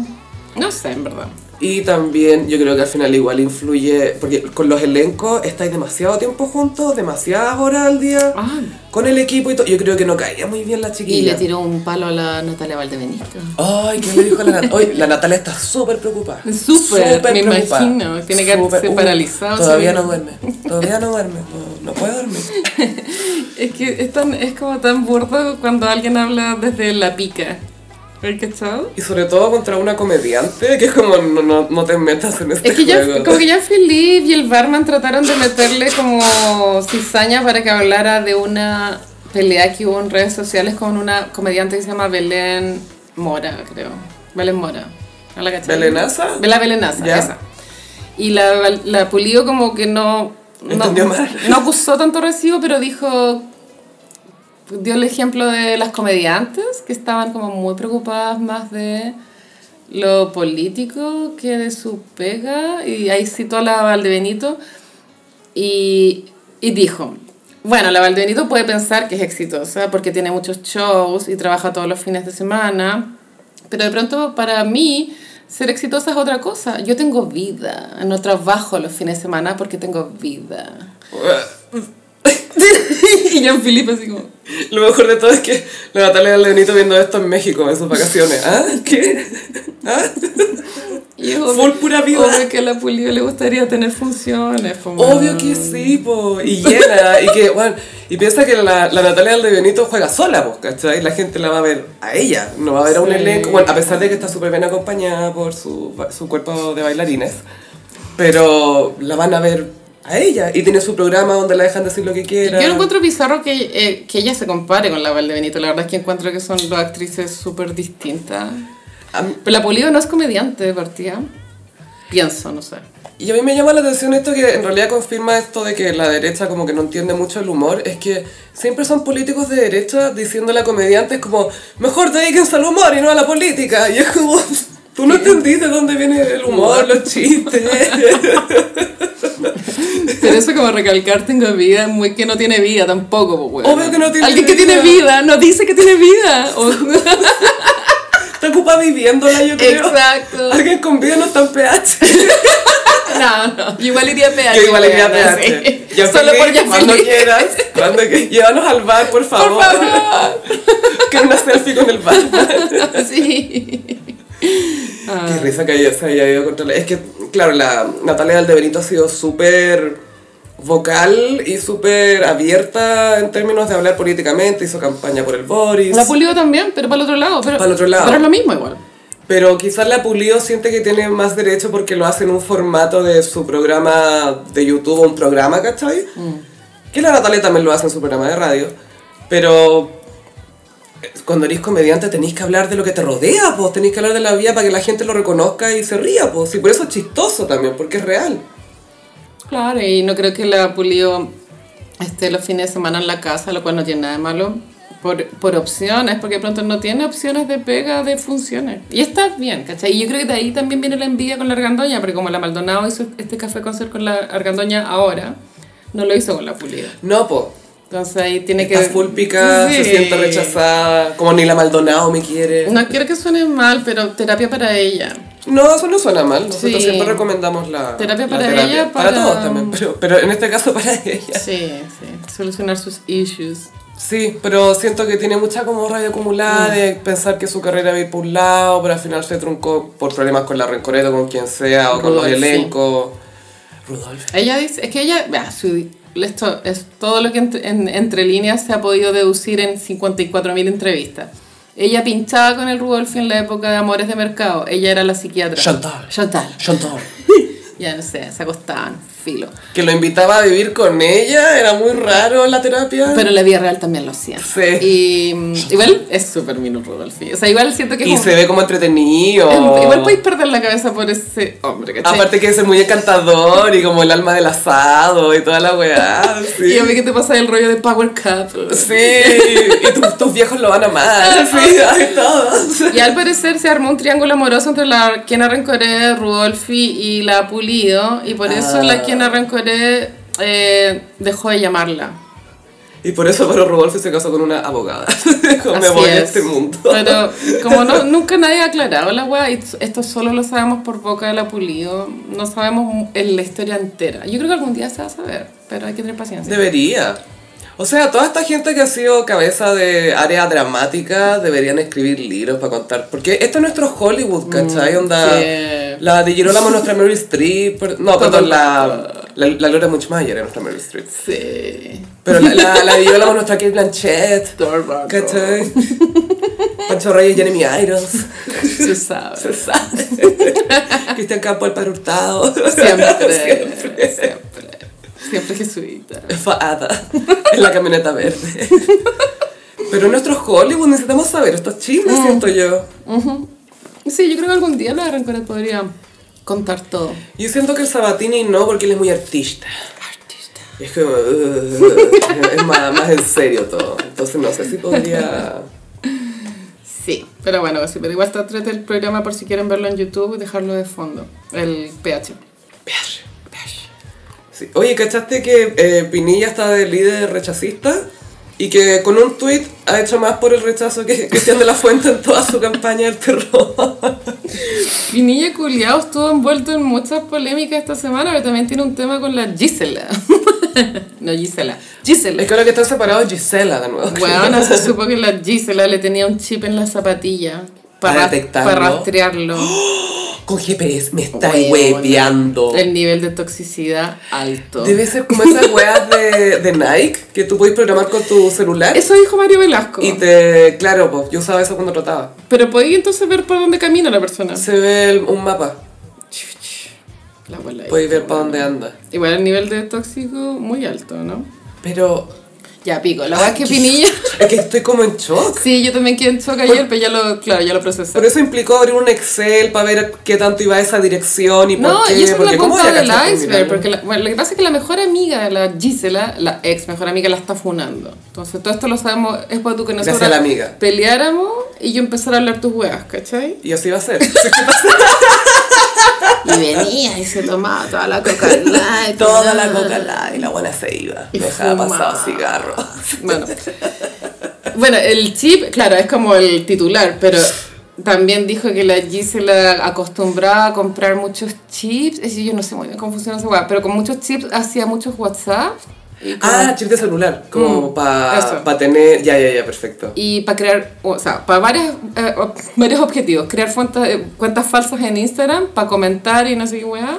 B: No sé, en verdad.
A: Y también yo creo que al final igual influye, porque con los elencos estáis demasiado tiempo juntos, demasiadas horas al día,
B: Ah.
A: con el equipo y todo, yo creo que no caía muy bien la chiquilla.
B: Y le tiró un palo a la Natalia Valdebenito.
A: Ay, ¿qué le dijo a la Natalia? Oye, la Natalia está súper preocupada.
B: Súper, me
A: preocupada. uh,
B: imagino. Tiene que haberse paralizado,
A: Todavía
B: seguro.
A: no duerme. Todavía no duerme. No, no puede dormir.
B: Es que es, tan- es como tan burdo cuando alguien habla desde la pica. ¿Has cachado?
A: Y sobre todo contra una comediante, que es como, no, no, no te metas en este
B: Es que ya,
A: juego.
B: como que ya Philip y el barman trataron de meterle como cizaña para que hablara de una pelea que hubo en redes sociales con una comediante que se llama Belén Mora, creo. Belén Mora. ¿No la cachai?
A: ¿Belenaza?
B: La Belenaza,
A: Ya.
B: esa. Y la, la Pulido como que no... No,
A: Entendió mal.
B: no acusó tanto recibo, pero dijo dio el ejemplo de las comediantes que estaban como muy preocupadas más de lo político que de su pega y ahí citó a la Valdebenito y, y dijo bueno, la Valdebenito puede pensar que es exitosa porque tiene muchos shows y trabaja todos los fines de semana pero de pronto para mí ser exitosa es otra cosa yo tengo vida, no trabajo los fines de semana porque tengo vida y Jean-Philippe así como
A: Lo mejor de todo es que la Natalia del Benito viendo esto en México en sus vacaciones. ¿Ah? ¿Qué? ¿Ah?
B: Y es
A: Full pura vida.
B: Obvio que a la Pulido le gustaría tener funciones. po, man.
A: Obvio que sí, po. Y llena. y que, bueno, y piensa que la, la Natalia del Benito juega sola, po, ¿cachai? La gente la va a ver a ella, no va a ver a un
B: Sí.
A: elenco. Bueno, a pesar de que está súper bien acompañada por su, ba- su cuerpo de bailarines, pero la van a ver a ella. Y tiene su programa donde la dejan decir lo que
B: Y
A: quiera.
B: Yo no encuentro bizarro que, eh, que ella se compare con la Valdebenito. La verdad es que encuentro que son dos actrices súper distintas.
A: A mí-
B: Pero la Pulido no es comediante de partida. Pienso, no sé.
A: Y a mí me llama la atención esto que en realidad confirma esto de que la derecha como que no entiende mucho el humor, es que siempre son políticos de derecha diciéndole a comediantes como, mejor dedíquense al humor y no a la política. Y es como, tú no entendiste dónde viene el humor, los chistes.
B: Pero eso como recalcar tengo vida es muy que no tiene vida tampoco. po, weón.
A: Obvio que no tiene
B: Alguien que
A: vida.
B: tiene vida no dice que tiene vida. O-
A: Está ocupada viviéndola, yo creo.
B: Exacto.
A: Alguien con vida no está en PH.
B: No, no. Yo igual iría a PH.
A: Yo igual iría a
B: weón,
A: PH.
B: sí.
A: Ya,
B: Solo
A: Felipe,
B: por
A: Cuando
B: Jean-Philippe.
A: quieras, cuando que Llévanos al bar, por favor.
B: Por favor.
A: Que una selfie con el bar.
B: sí.
A: Qué risa que ella se haya ido contra la... Es que, claro, la Natalia Valdebenito ha sido súper vocal y súper abierta en términos de hablar políticamente, hizo campaña por el Boris.
B: La Pulido también, pero para el otro lado. Pero,
A: Para el otro lado.
B: Pero es lo mismo igual.
A: Pero quizás la Pulido siente que tiene más derecho porque lo hace en un formato de su programa de YouTube, un programa, ¿cachai?
B: Mm.
A: Que la Natalia también lo hace en su programa de radio. Pero eh, cuando eres comediante tenéis que hablar de lo que te rodea, pues tenéis que hablar de la vida para que la gente lo reconozca y se ría, pues. Y por eso es chistoso también, porque es real.
B: Claro, y no creo que la Pulido esté los fines de semana en la casa, lo cual no tiene nada de malo. Por, por opciones, porque de pronto no tiene opciones de pega de funciones. Y está bien, ¿cachai? Y yo creo que de ahí también viene la envidia con la Argandoña, porque como la Maldonado hizo este café concert con la Argandoña ahora, no lo hizo con la Pulido.
A: No, pues.
B: Entonces ahí tiene
A: Está
B: que...
A: full pica, se
B: Sí.
A: siente rechazada, como ni la Maldonado me quiere.
B: No quiero que suene mal, pero terapia para ella.
A: No, eso no suena mal. Nosotros
B: Sí.
A: siempre recomendamos la
B: Terapia
A: la
B: para ella,
A: para...
B: para-
A: todos también, pero, pero en este caso para ella.
B: Sí, sí. Solucionar sus issues.
A: Sí, pero siento que tiene mucha como rabia
B: Mm.
A: acumulada de pensar que su carrera va a ir por un lado, pero al final se truncó por problemas con la Rencoreto, con quien sea, o con los
B: Rudolph, sí.
A: elencos. Rudolf.
B: Ella dice, es que ella, vea, su- esto es todo lo que ent- en- entre líneas se ha podido deducir en 54.000 entrevistas. Ella pinchaba con el Rudolfi en la época de Amores de Mercado. Ella era la psiquiatra.
A: Chantal.
B: Chantal.
A: Chantal.
B: Ya no sé, se acostaban, filo.
A: Que lo invitaba a vivir con ella, era muy raro la terapia.
B: Pero en la vida real también lo hacían.
A: Ah. Sí.
B: Y mm, igual es súper mino Rudolfi. O sea, igual siento que es
A: y
B: como-
A: se ve como entretenido.
B: em- Igual podéis perder la cabeza por ese hombre, ¿cachai?
A: Aparte que es muy encantador y como el alma del asado y toda la weá.
B: Y
A: Sí,
B: a mí que te pasa el rollo de Power Cup.
A: sí. y tus- tus viejos lo van a
B: Ah,
A: amar. Sí, ay, todos.
B: Y al parecer se armó un triángulo amoroso entre la Kiana Rencoré, Rudolfi y la Pulido. Y por eso
A: Ah.
B: la Kiana Rencoré eh, dejó de llamarla.
A: Y por eso Pedro Rodolfo se casó con una abogada. Dijo, Me
B: Así
A: voy a
B: es.
A: este mundo.
B: Pero como no, nunca nadie ha aclarado la weá, y esto solo lo sabemos por boca de la Pulido. No sabemos en la historia entera. Yo creo que algún día se va a saber, pero hay que tener paciencia.
A: Debería. O sea, toda esta gente que ha sido cabeza de área dramática deberían escribir libros para contar. Porque esto es nuestro Hollywood, ¿cachai? Onda.
B: Mm, sí.
A: La de Girolamo es nuestra Mary Streep. pero- No,
B: Todo
A: perdón,
B: el-
A: la, la, la Laura Muchmayer es nuestra Mary Streep.
B: Sí.
A: Pero la, la, la de Girolamo es nuestra Kate Blanchett. ¿Cachai? Pancho Reyes, Jeremy Irons.
B: Se sabe.
A: Se sabe. Cristian Campo, el Hurtado.
B: Siempre. Siempre. Siempre jesuita.
A: Fada. En la camioneta verde. Pero en nuestro Hollywood necesitamos saber estos chismes,
B: Mm.
A: siento yo.
B: Sí, yo creo que algún día la Rencoret podría contar todo.
A: Yo siento que el Sabatini no, porque él es muy artista.
B: Artista.
A: Y es como... es más, más en serio todo. Entonces no sé si podría...
B: Sí, pero bueno, sí, pero igual está atrás el programa por si quieren verlo en YouTube y dejarlo de fondo. El PH.
A: Sí. Oye, ¿cachaste que eh, Pinilla está de líder rechazista? Y que con un tuit ha hecho más por el rechazo que Cristian de la Fuente en toda su campaña del terror.
B: Y Niña Culeado estuvo envuelto en muchas polémicas esta semana, pero también tiene un tema con la Gisela. no, Gisela. Gisela.
A: Es que ahora que están separados Gisela de nuevo.
B: Bueno, se supo que la Gisela le tenía un chip en la zapatilla
A: Para
B: para,
A: detectarlo.
B: para rastrearlo.
A: Con GPS me está
B: Weona.
A: hueveando.
B: El nivel de toxicidad alto.
A: Debe ser como esas weas de, de Nike que tú puedes programar con tu celular.
B: Eso dijo Mario Velasco.
A: Y te. Claro, pues yo usaba eso cuando trataba.
B: Pero podéis entonces ver por dónde camina la persona.
A: Se ve el- un mapa,
B: La abuela ahí.
A: puedes ver para dónde anda.
B: Igual el nivel de tóxico muy alto, ¿no?
A: Pero.
B: Ya, pico. La verdad es que Pinilla.
A: Es que estoy como en shock.
B: Sí, yo también quedé en shock ayer, pero ya lo, claro, ya lo procesé.
A: Por eso implicó abrir un Excel para ver qué tanto iba esa dirección y por
B: No,
A: qué.
B: y eso es
A: porque
B: la
A: ¿cómo
B: punta
A: voy a
B: del
A: cachar por
B: iceberg,
A: mirarlo?
B: porque la- bueno, lo que pasa es que la mejor amiga de la Gisela, la ex mejor amiga, la está funando. Entonces, todo esto lo sabemos, es para tú que
A: Gracias
B: nosotros
A: a la amiga.
B: peleáramos y yo empezar a hablar tus weas, ¿cachai?
A: Y así va a ser.
B: Y venía y se tomaba toda la coca light.
A: Toda la coca la y la buena se iba.
B: Y
A: Dejaba
B: fumaba.
A: pasado cigarro.
B: Bueno. Bueno, el chip, claro, es como el titular, pero también dijo que la Gisela acostumbraba a comprar muchos chips. Es decir, yo no sé muy bien cómo funciona esa weá, pero con muchos chips hacía muchos WhatsApp. Y como-
A: Ah, chip de celular. Como
B: Mm,
A: para
B: eso.
A: tener. Ya, ya, ya, perfecto.
B: Y para crear, o sea, para varias, eh, ob- varios objetivos. Crear fuentes- eh, cuentas falsas en Instagram, para comentar y no sé qué weá.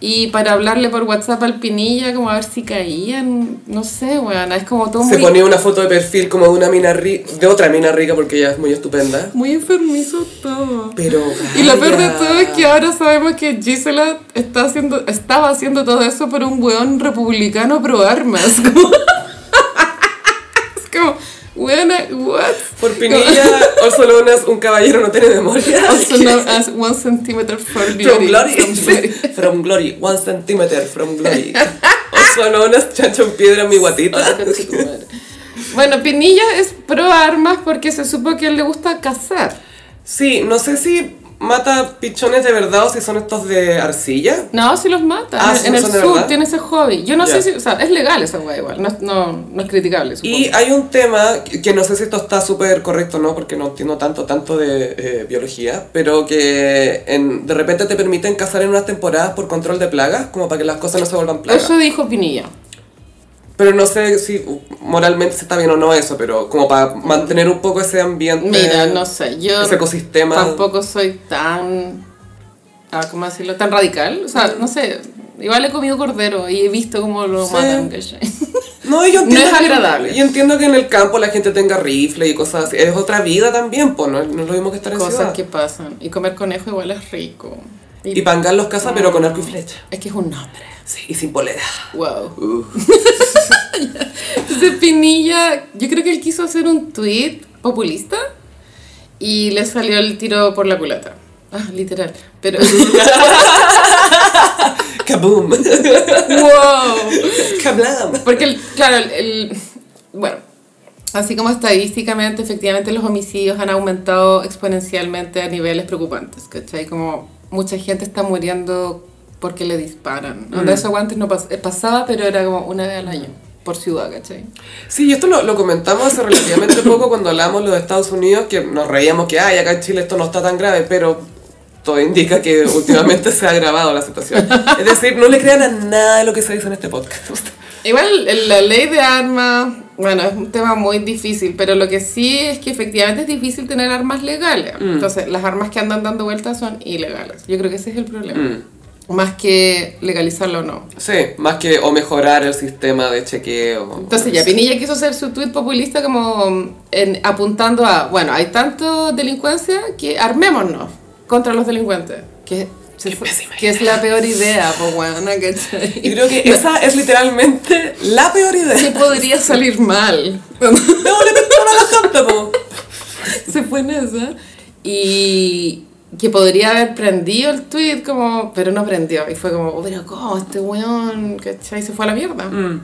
B: Y para hablarle por WhatsApp al Pinilla, como a ver si caían, no sé, weón, es como todo
A: Se
B: muy,
A: ponía una foto de perfil como de una mina rica, de otra mina rica porque ella es muy estupenda.
B: muy enfermizo todo.
A: Pero.
B: Y lo peor de
A: Gaia,
B: todo es que ahora sabemos que Gisela está haciendo, estaba haciendo todo eso por un weón republicano pro armas. Como- es como, weona, what?
A: Por Pinilla, Orson Lunas, un caballero no tiene memoria.
B: Also known as one centimeter for
A: From
B: beauty.
A: glory. From glory. One centimeter from glory. Orson Lunas, chancho en piedra en mi guatita.
B: Ay, conche tu madre. Bueno, Pinilla es pro armas porque se supo que a él le gusta cazar.
A: Sí, no sé si mata pichones de verdad o si son estos de arcilla.
B: No, si los mata.
A: Ah,
B: en
A: sí,
B: en
A: no
B: el
A: son de
B: sur
A: verdad.
B: tiene ese hobby. Yo no
A: Ya.
B: sé si, o sea, es legal esa weá igual. No, no, no es criticable. Supongo.
A: Y hay un tema que que no sé si esto está súper correcto, ¿no? Porque no entiendo tanto, tanto de eh, biología, pero que en- de repente te permiten cazar en unas temporadas por control de plagas, como para que las cosas no se vuelvan plagas.
B: Eso dijo Pinilla.
A: Pero no sé si moralmente se está bien o no eso, pero como para mantener un poco ese ambiente.
B: Mira, no sé, yo
A: Eh, ese ecosistema.
B: tampoco soy tan, ah, ¿cómo decirlo? Tan radical. O sea, no sé, igual he comido cordero y he visto cómo lo
A: Sí.
B: matan. ¿cachai?
A: No, y yo
B: No
A: entiendo.
B: es
A: que-
B: agradable.
A: Yo entiendo que en el campo la gente tenga rifle y cosas así. Es otra vida también, pues no, no es lo mismo que estar en
B: Cosas
A: ciudad.
B: que pasan. Y comer conejo igual es rico. Y-
A: Y pangar los cazas, pero con arco y flecha.
B: es que es un nombre.
A: Sí, y sin polera.
B: Wow.
A: Uh.
B: Entonces Pinilla, yo creo que él quiso hacer un tweet populista y le salió el tiro por la culata. Ah, literal. Pero,
A: Kaboom.
B: wow.
A: Kablam.
B: Porque, el- claro, el, el- bueno, así como estadísticamente, efectivamente los homicidios han aumentado exponencialmente a niveles preocupantes, ¿cachai? Como mucha gente está muriendo porque le disparan. Onda, Eso antes no pas- eh, pasaba, pero era como una vez al año, por ciudad, ¿cachai?
A: Sí, y esto lo, lo comentamos hace relativamente poco cuando hablamos de los Estados Unidos, que nos reíamos que, ay, acá en Chile esto no está tan grave, pero todo indica que últimamente se ha agravado la situación. Es decir, no le crean a nada de lo que se dice en este podcast.
B: Igual el- la ley de armas, bueno, es un tema muy difícil, pero lo que sí es que efectivamente es difícil tener armas legales. Entonces, las armas que andan dando vueltas son ilegales. Yo creo que ese es el problema. Más que legalizarlo o no.
A: Sí, más que o mejorar el sistema de chequeo.
B: Entonces ya Pinilla quiso hacer su tweet populista como mm, en- apuntando a, bueno, hay tanto delincuencia que armémonos contra los delincuentes. Que, se fue- que es la peor idea, pues bueno,
A: Y creo que esa es literalmente la peor
B: ¿Qué
A: idea.
B: podría salir mal?
A: Démosle pistola a la gente, po.
B: se fue en esa. Y que podría haber prendido el tweet, como, pero no prendió. Y fue como, "Oh, pero ¿cómo? Este weón, ¿cachai? Se fue a la mierda.
A: Mm,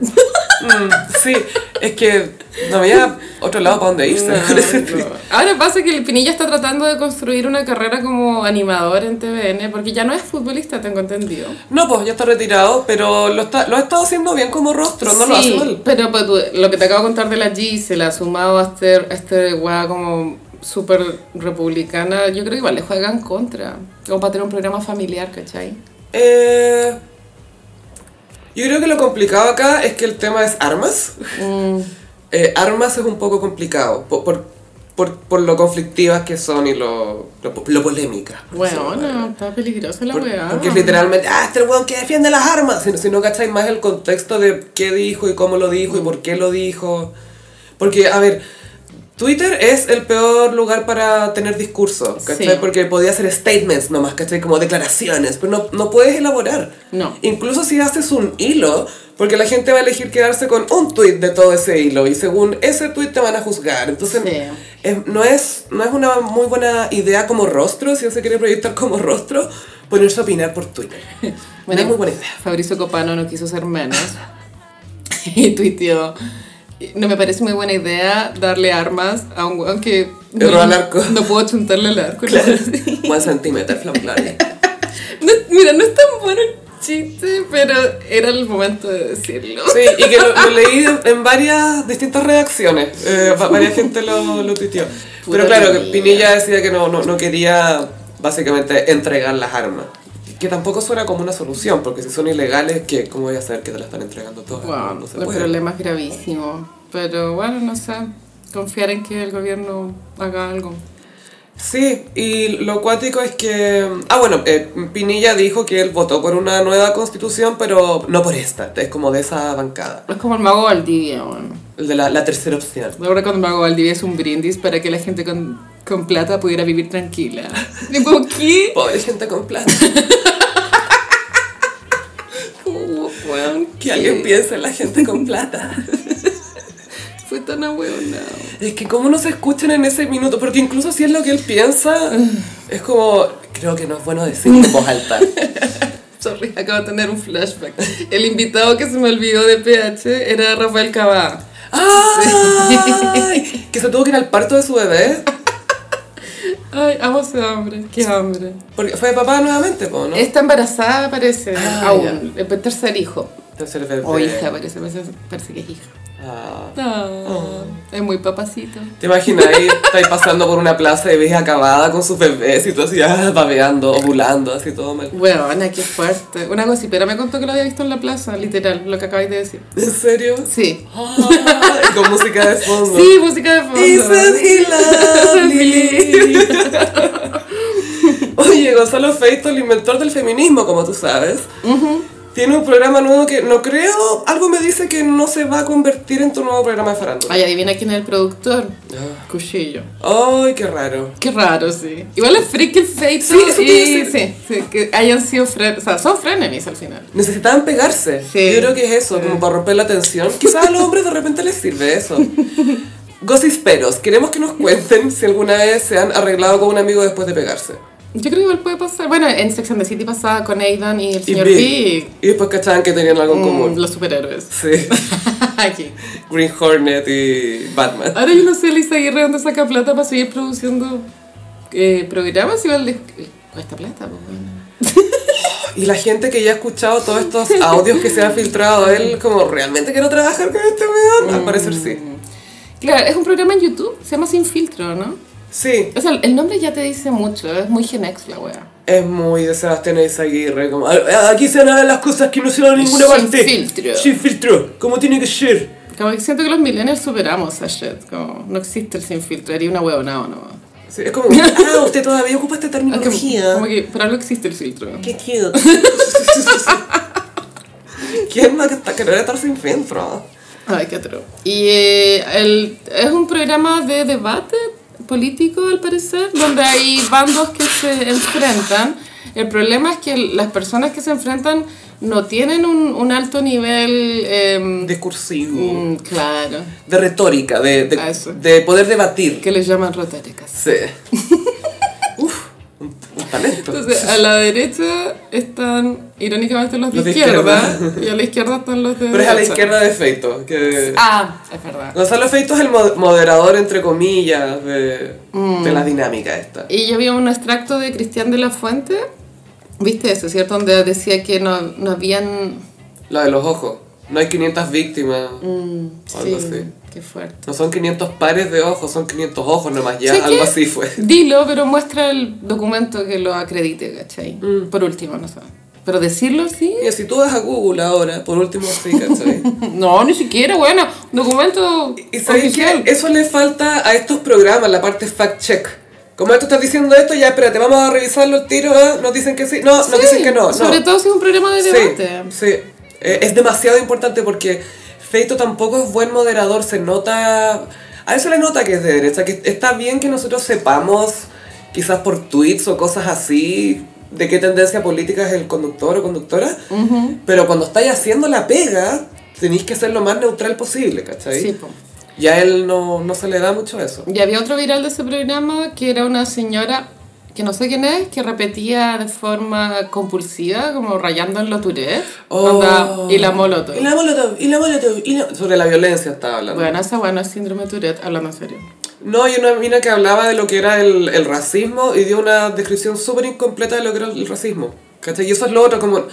A: sí, es que no había otro lado para donde irse. con ese
B: No, no. Ahora pasa que el Pinilla está tratando de construir una carrera como animador en TVN, porque ya no es futbolista, tengo entendido.
A: No, pues ya está retirado, pero lo, está, lo ha estado haciendo bien como rostro, no lo hace mal.
B: Pero pues, tú- lo que te acabo de contar de la Gisela, sumado a este, a este weá como súper republicana, yo creo que igual le juegan contra. Como para tener un programa familiar, ¿cachai?
A: Eh, yo creo que lo complicado acá es que el tema es armas.
B: Mm,
A: Eh, armas es un poco complicado por, por, por- por lo conflictivas que son y lo, lo, po- lo polémicas. por decirlo
B: Bueno,
A: de manera.
B: está peligrosa la
A: Por-
B: weá.
A: porque es literalmente, ah, este es el weón que defiende las armas. Si, no- si no cacháis más el contexto de qué dijo y cómo lo dijo y por qué lo dijo. Porque, a ver, Twitter es el peor lugar para tener discurso, ¿cachai?
B: Sí.
A: Porque podía hacer statements nomás, ¿cachai? Como declaraciones, pero no, no puedes elaborar.
B: No.
A: Incluso si haces un hilo, porque la gente va a elegir quedarse con un tweet de todo ese hilo y según ese tweet te van a juzgar. Entonces,
B: Sí.
A: es- no, es, no es una muy buena idea como rostro, si uno se quiere proyectar como rostro, ponerse a opinar por Twitter.
B: Bueno,
A: no es muy buena idea.
B: Fabricio Copano no quiso ser menos y tuiteó. No me parece muy buena idea darle armas a un weón que
A: Le roba el arco".
B: no puedo chuntarle el arco.
A: Claro. One centimeter from glory.
B: No, mira, no es tan bueno el chiste, pero era el momento de decirlo.
A: Sí, y que lo, lo leí en varias distintas redacciones. eh, va- varias gente lo, lo tuiteó. Pero
B: Puta
A: claro, que
B: Pinilla.
A: Pinilla decía que no, no, no quería básicamente entregar las armas. Que tampoco suena como una solución, porque si son ilegales, ¿qué? ¿cómo voy a saber que te las están entregando todas?
B: Wow,
A: no se
B: el
A: puede.
B: problema es gravísimo. Pero bueno, no sé. Confiar en que el gobierno haga algo.
A: Sí, y lo cuático es que... Ah, bueno, eh, Pinilla dijo que él votó por una nueva constitución, pero no por esta, es como de esa bancada,
B: Es como el mago Valdivia, bueno.
A: el de la, la tercera opción.
B: Ahora cuando el mago Valdivia es un brindis para que la gente con, con plata pudiera vivir tranquila. Tipo, ¿qué?
A: Pobre gente con plata,
B: Oh, weón,
A: que alguien piense en la gente con plata.
B: Fue tan ahueonado.
A: Es que cómo no se escuchan en ese minuto, porque incluso si es lo que él piensa, es como, creo que no es bueno decirlo en voz alta.
B: Sorry, acabo de tener un flashback. El invitado que se me olvidó de PH era Rafael Cavada.
A: ¡Ay! Que se tuvo que ir al parto de su bebé,
B: Ay, amo ese hambre, qué hambre.
A: porque fue de papá nuevamente, po, ¿no?
B: Está embarazada, parece,
A: Ah,
B: aún. El tercer hijo.
A: Tercer bebé.
B: O Oh, hija, parece, parece, parece que es hija.
A: Ah.
B: No, es muy papacito.
A: ¿Te imaginas ahí, estáis pasando por una plaza y ves acabada con sus bebés y tú así, ah, babeando, ovulando, así todo mal?
B: Bueno, Ana, qué fuerte. Una gocipera me contó que lo había visto en la plaza, literal, lo que acabáis de decir.
A: ¿En serio?
B: Sí.
A: Ah, y con música de fondo.
B: Sí, música de fondo.
A: Isn't he lovely? Oye, Gonzalo Feito, el inventor del feminismo, como tú sabes, tiene un programa nuevo que no creo, algo me dice que no se va a convertir en tu nuevo programa de farándula.
B: Ay, adivina quién es el productor. Cuchillo.
A: Ay, qué raro.
B: Qué raro, sí. Igual es freaking fate.
A: Sí, eso te iba a
B: y,
A: decir.
B: sí, sí, que hayan sido fre- o sea, son frenemies al final.
A: Necesitaban pegarse.
B: Sí.
A: Yo creo que es eso, como para romper la tensión. Quizás a los hombres de repente les sirve eso. Gocisperos, queremos que nos cuenten si alguna vez se han arreglado con un amigo después de pegarse.
B: Yo creo que igual puede pasar. Bueno, en Sex and the City pasaba con Aidan y el
A: Y,
B: señor
A: Big.
B: Big.
A: y después cachaban que tenían algo en
B: Mm,
A: común.
B: los superhéroes.
A: Sí.
B: Aquí.
A: Green Hornet y Batman.
B: Ahora yo no sé, Lisa Aguirre, dónde saca plata para seguir produciendo eh, programas. Igual les eh, cuesta plata, pues bueno.
A: Y la gente que ya ha escuchado todos estos audios que se han filtrado, él como, ¿realmente quiero trabajar con este weón? Al parecer sí.
B: Mm. Claro, es un programa en YouTube, se llama Sin Filtro, ¿no?
A: Sí,
B: O sea, el nombre ya te dice mucho, es muy Genex la wea.
A: es muy de Sebastián Izaguirre, como, "A- aquí se van a ver las cosas que no se van a ninguna
B: Sin
A: parte.
B: filtro.
A: Sin filtro, como tiene que ser.
B: Como que siento que los millennials superamos a shit, como no existe el Sin Filtro, haría una huevonada no.
A: Sí, es como, ah, usted todavía ocupa esta
B: Como, como
A: terminología.
B: que por algo existe el filtro.
A: Qué cute. ¿Quién va a estar- querer estar sin filtro?
B: Ay, qué atro. Y eh, el- es un programa de debate político, al parecer, donde hay bandos que se enfrentan. El problema es que las personas que se enfrentan no tienen un, un alto nivel... em,
A: Discursivo.
B: mm, claro,
A: De retórica, de, de,
B: Ah, eso.
A: de poder debatir.
B: que les llaman rotáricas.
A: Sí. Uf, un, un talento.
B: Entonces, a la derecha están, irónicamente, los de,
A: Los de
B: izquierda, y a la izquierda están los de
A: Pero es a la
B: derecha.
A: izquierda de Feito. Que...
B: Ah, es verdad.
A: Gonzalo Feito es el mo- moderador, entre comillas, de,
B: Mm.
A: de la dinámica esta.
B: Y yo vi un extracto de Cristian de la Fuente, ¿viste eso, cierto? Donde decía que no, no habían... mm,
A: La de los ojos. No hay 500 víctimas. O algo así.
B: qué fuerte.
A: No son 500 pares de ojos, son 500 ojos nomás ya.
B: ¿Sabes
A: Algo
B: qué?
A: así fue.
B: Dilo, pero muestra el documento que lo acredite, ¿cachai?
A: Mm.
B: Por último, no sé. Pero decirlo sí.
A: Y si tú vas a Google ahora, por último, sí, ¿cachai?
B: No, ni siquiera, bueno, documento
A: Y sabes
B: oficial.
A: que eso le falta a estos programas, la parte fact-check. Como tú estás diciendo esto, ya espérate, vamos a revisarlo al tiro, ¿eh? nos dicen que sí, no, nos dicen que no, no.
B: Sobre todo si es un programa de
A: Sí,
B: debate.
A: sí. Eh, es demasiado importante porque Feito tampoco es buen moderador, se nota... A eso le nota que es de derecha, que está bien que nosotros sepamos, quizás por tweets o cosas así, de qué tendencia política es el conductor o conductora, pero cuando estáis haciendo la pega, tenéis que ser lo más neutral posible, ¿cachai?
B: Sí, po.
A: Y a él no, no se le da mucho eso.
B: Y había otro viral de ese programa que era una señora que no sé quién es, que repetía de forma compulsiva, como rayando en lo turé. Onda, y la molotov.
A: Oh. Y la molotov, y la molotov, y la- Sobre la violencia estaba hablando.
B: Bueno, esa bueno es síndrome de Tourette, hablando en serio.
A: No, y una mina que hablaba de lo que era el, el racismo y dio una descripción súper incompleta de lo que era el racismo. ¿Cachai? Y eso es lo otro, como,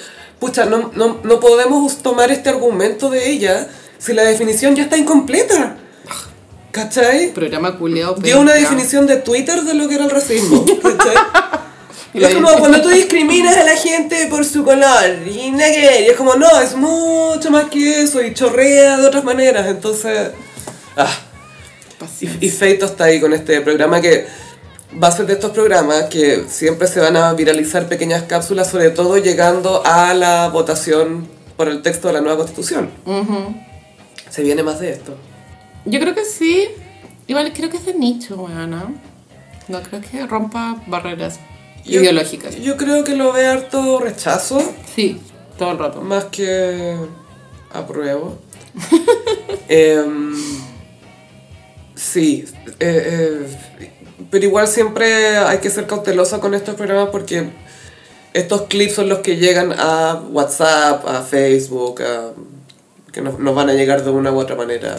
A: pucha, no, no, no podemos tomar este argumento de ella si la definición ya está incompleta. ¿Cachai?
B: Programa culeado.
A: Dio una definición de Twitter de lo que era el racismo. ¿Cachai? Y es
B: Lo
A: como
B: hice.
A: cuando tú discriminas a la gente por su color y nada que ver. Y es como, no, es mucho más que eso y chorrea de otras maneras. Entonces, ah. Y, y Feito está ahí con este programa que va a ser de estos programas que siempre se van a viralizar pequeñas cápsulas, sobre todo llegando a la votación por el texto de la nueva constitución. Se viene más de esto.
B: Yo creo que sí. Igual creo que es de nicho, weona. No creo que rompa barreras
A: Yo-
B: ideológicas.
A: Yo creo que lo ve harto rechazo,
B: Sí, todo el rato.
A: más que apruebo. Em, sí, eh, eh, pero igual siempre hay que ser cautelosa con estos programas porque estos clips son los que llegan a WhatsApp, a Facebook, a- que nos, nos van a llegar de una u otra manera.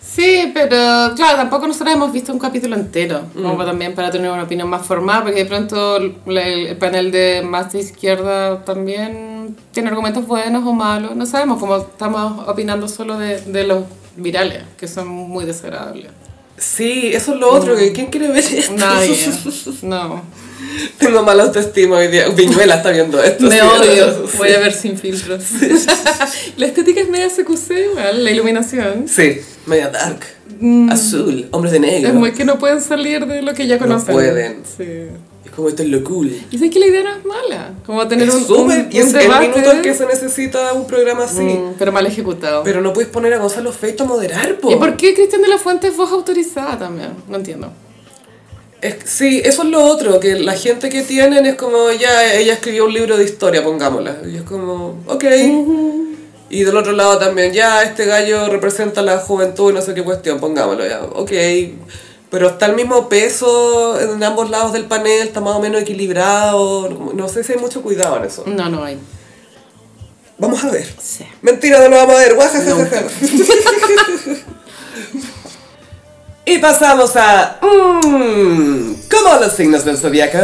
B: Sí, pero claro, tampoco nosotros hemos visto un capítulo entero, como
A: Mm.
B: para- también para tener una opinión más formada, porque de pronto el, el panel de más de izquierda también tiene argumentos buenos o malos, no sabemos, como estamos opinando solo de, de los virales, que son muy desagradables.
A: Sí, eso es lo otro, que ¿quién quiere ver esto?
B: Mm. Nadie, no,
A: Tengo mala autoestima hoy día. Viñuela está viendo esto.
B: me
A: sí.
B: odio, voy a ver sin filtros. la estética es media CQC, igual, la iluminación.
A: Sí, media dark, azul, hombres de negro.
B: Mm. Es muy que no pueden salir de lo que ya conocen.
A: pueden.
B: Sí.
A: Es como esto es lo cool.
B: Y sé que la idea no es mala, como tener
A: Es
B: un,
A: súper,
B: un-
A: y es
B: un
A: el
B: debate,
A: minuto en que se necesita un programa así.
B: mm, pero mal ejecutado.
A: Pero no puedes poner a Gonzalo Feito a moderar, po.
B: ¿Y por qué Cristian de la Fuente es voz autorizada también? No entiendo.
A: Es- sí, eso es lo otro, que la gente que tienen es como, ya, ella escribió un libro de historia, pongámosla. Y es como, ok. Y del otro lado también, ya, este gallo representa la juventud, no sé qué cuestión, pongámoslo, ya, ok. Pero está el mismo peso en ambos lados del panel, está más o menos equilibrado. No, no sé si hay mucho cuidado en eso.
B: No, no hay.
A: Vamos a ver.
B: Sí.
A: Mentira, no lo vamos a ver. guajajajaja. y pasamos a... mm, ¿Cómo los signos del zodiaco?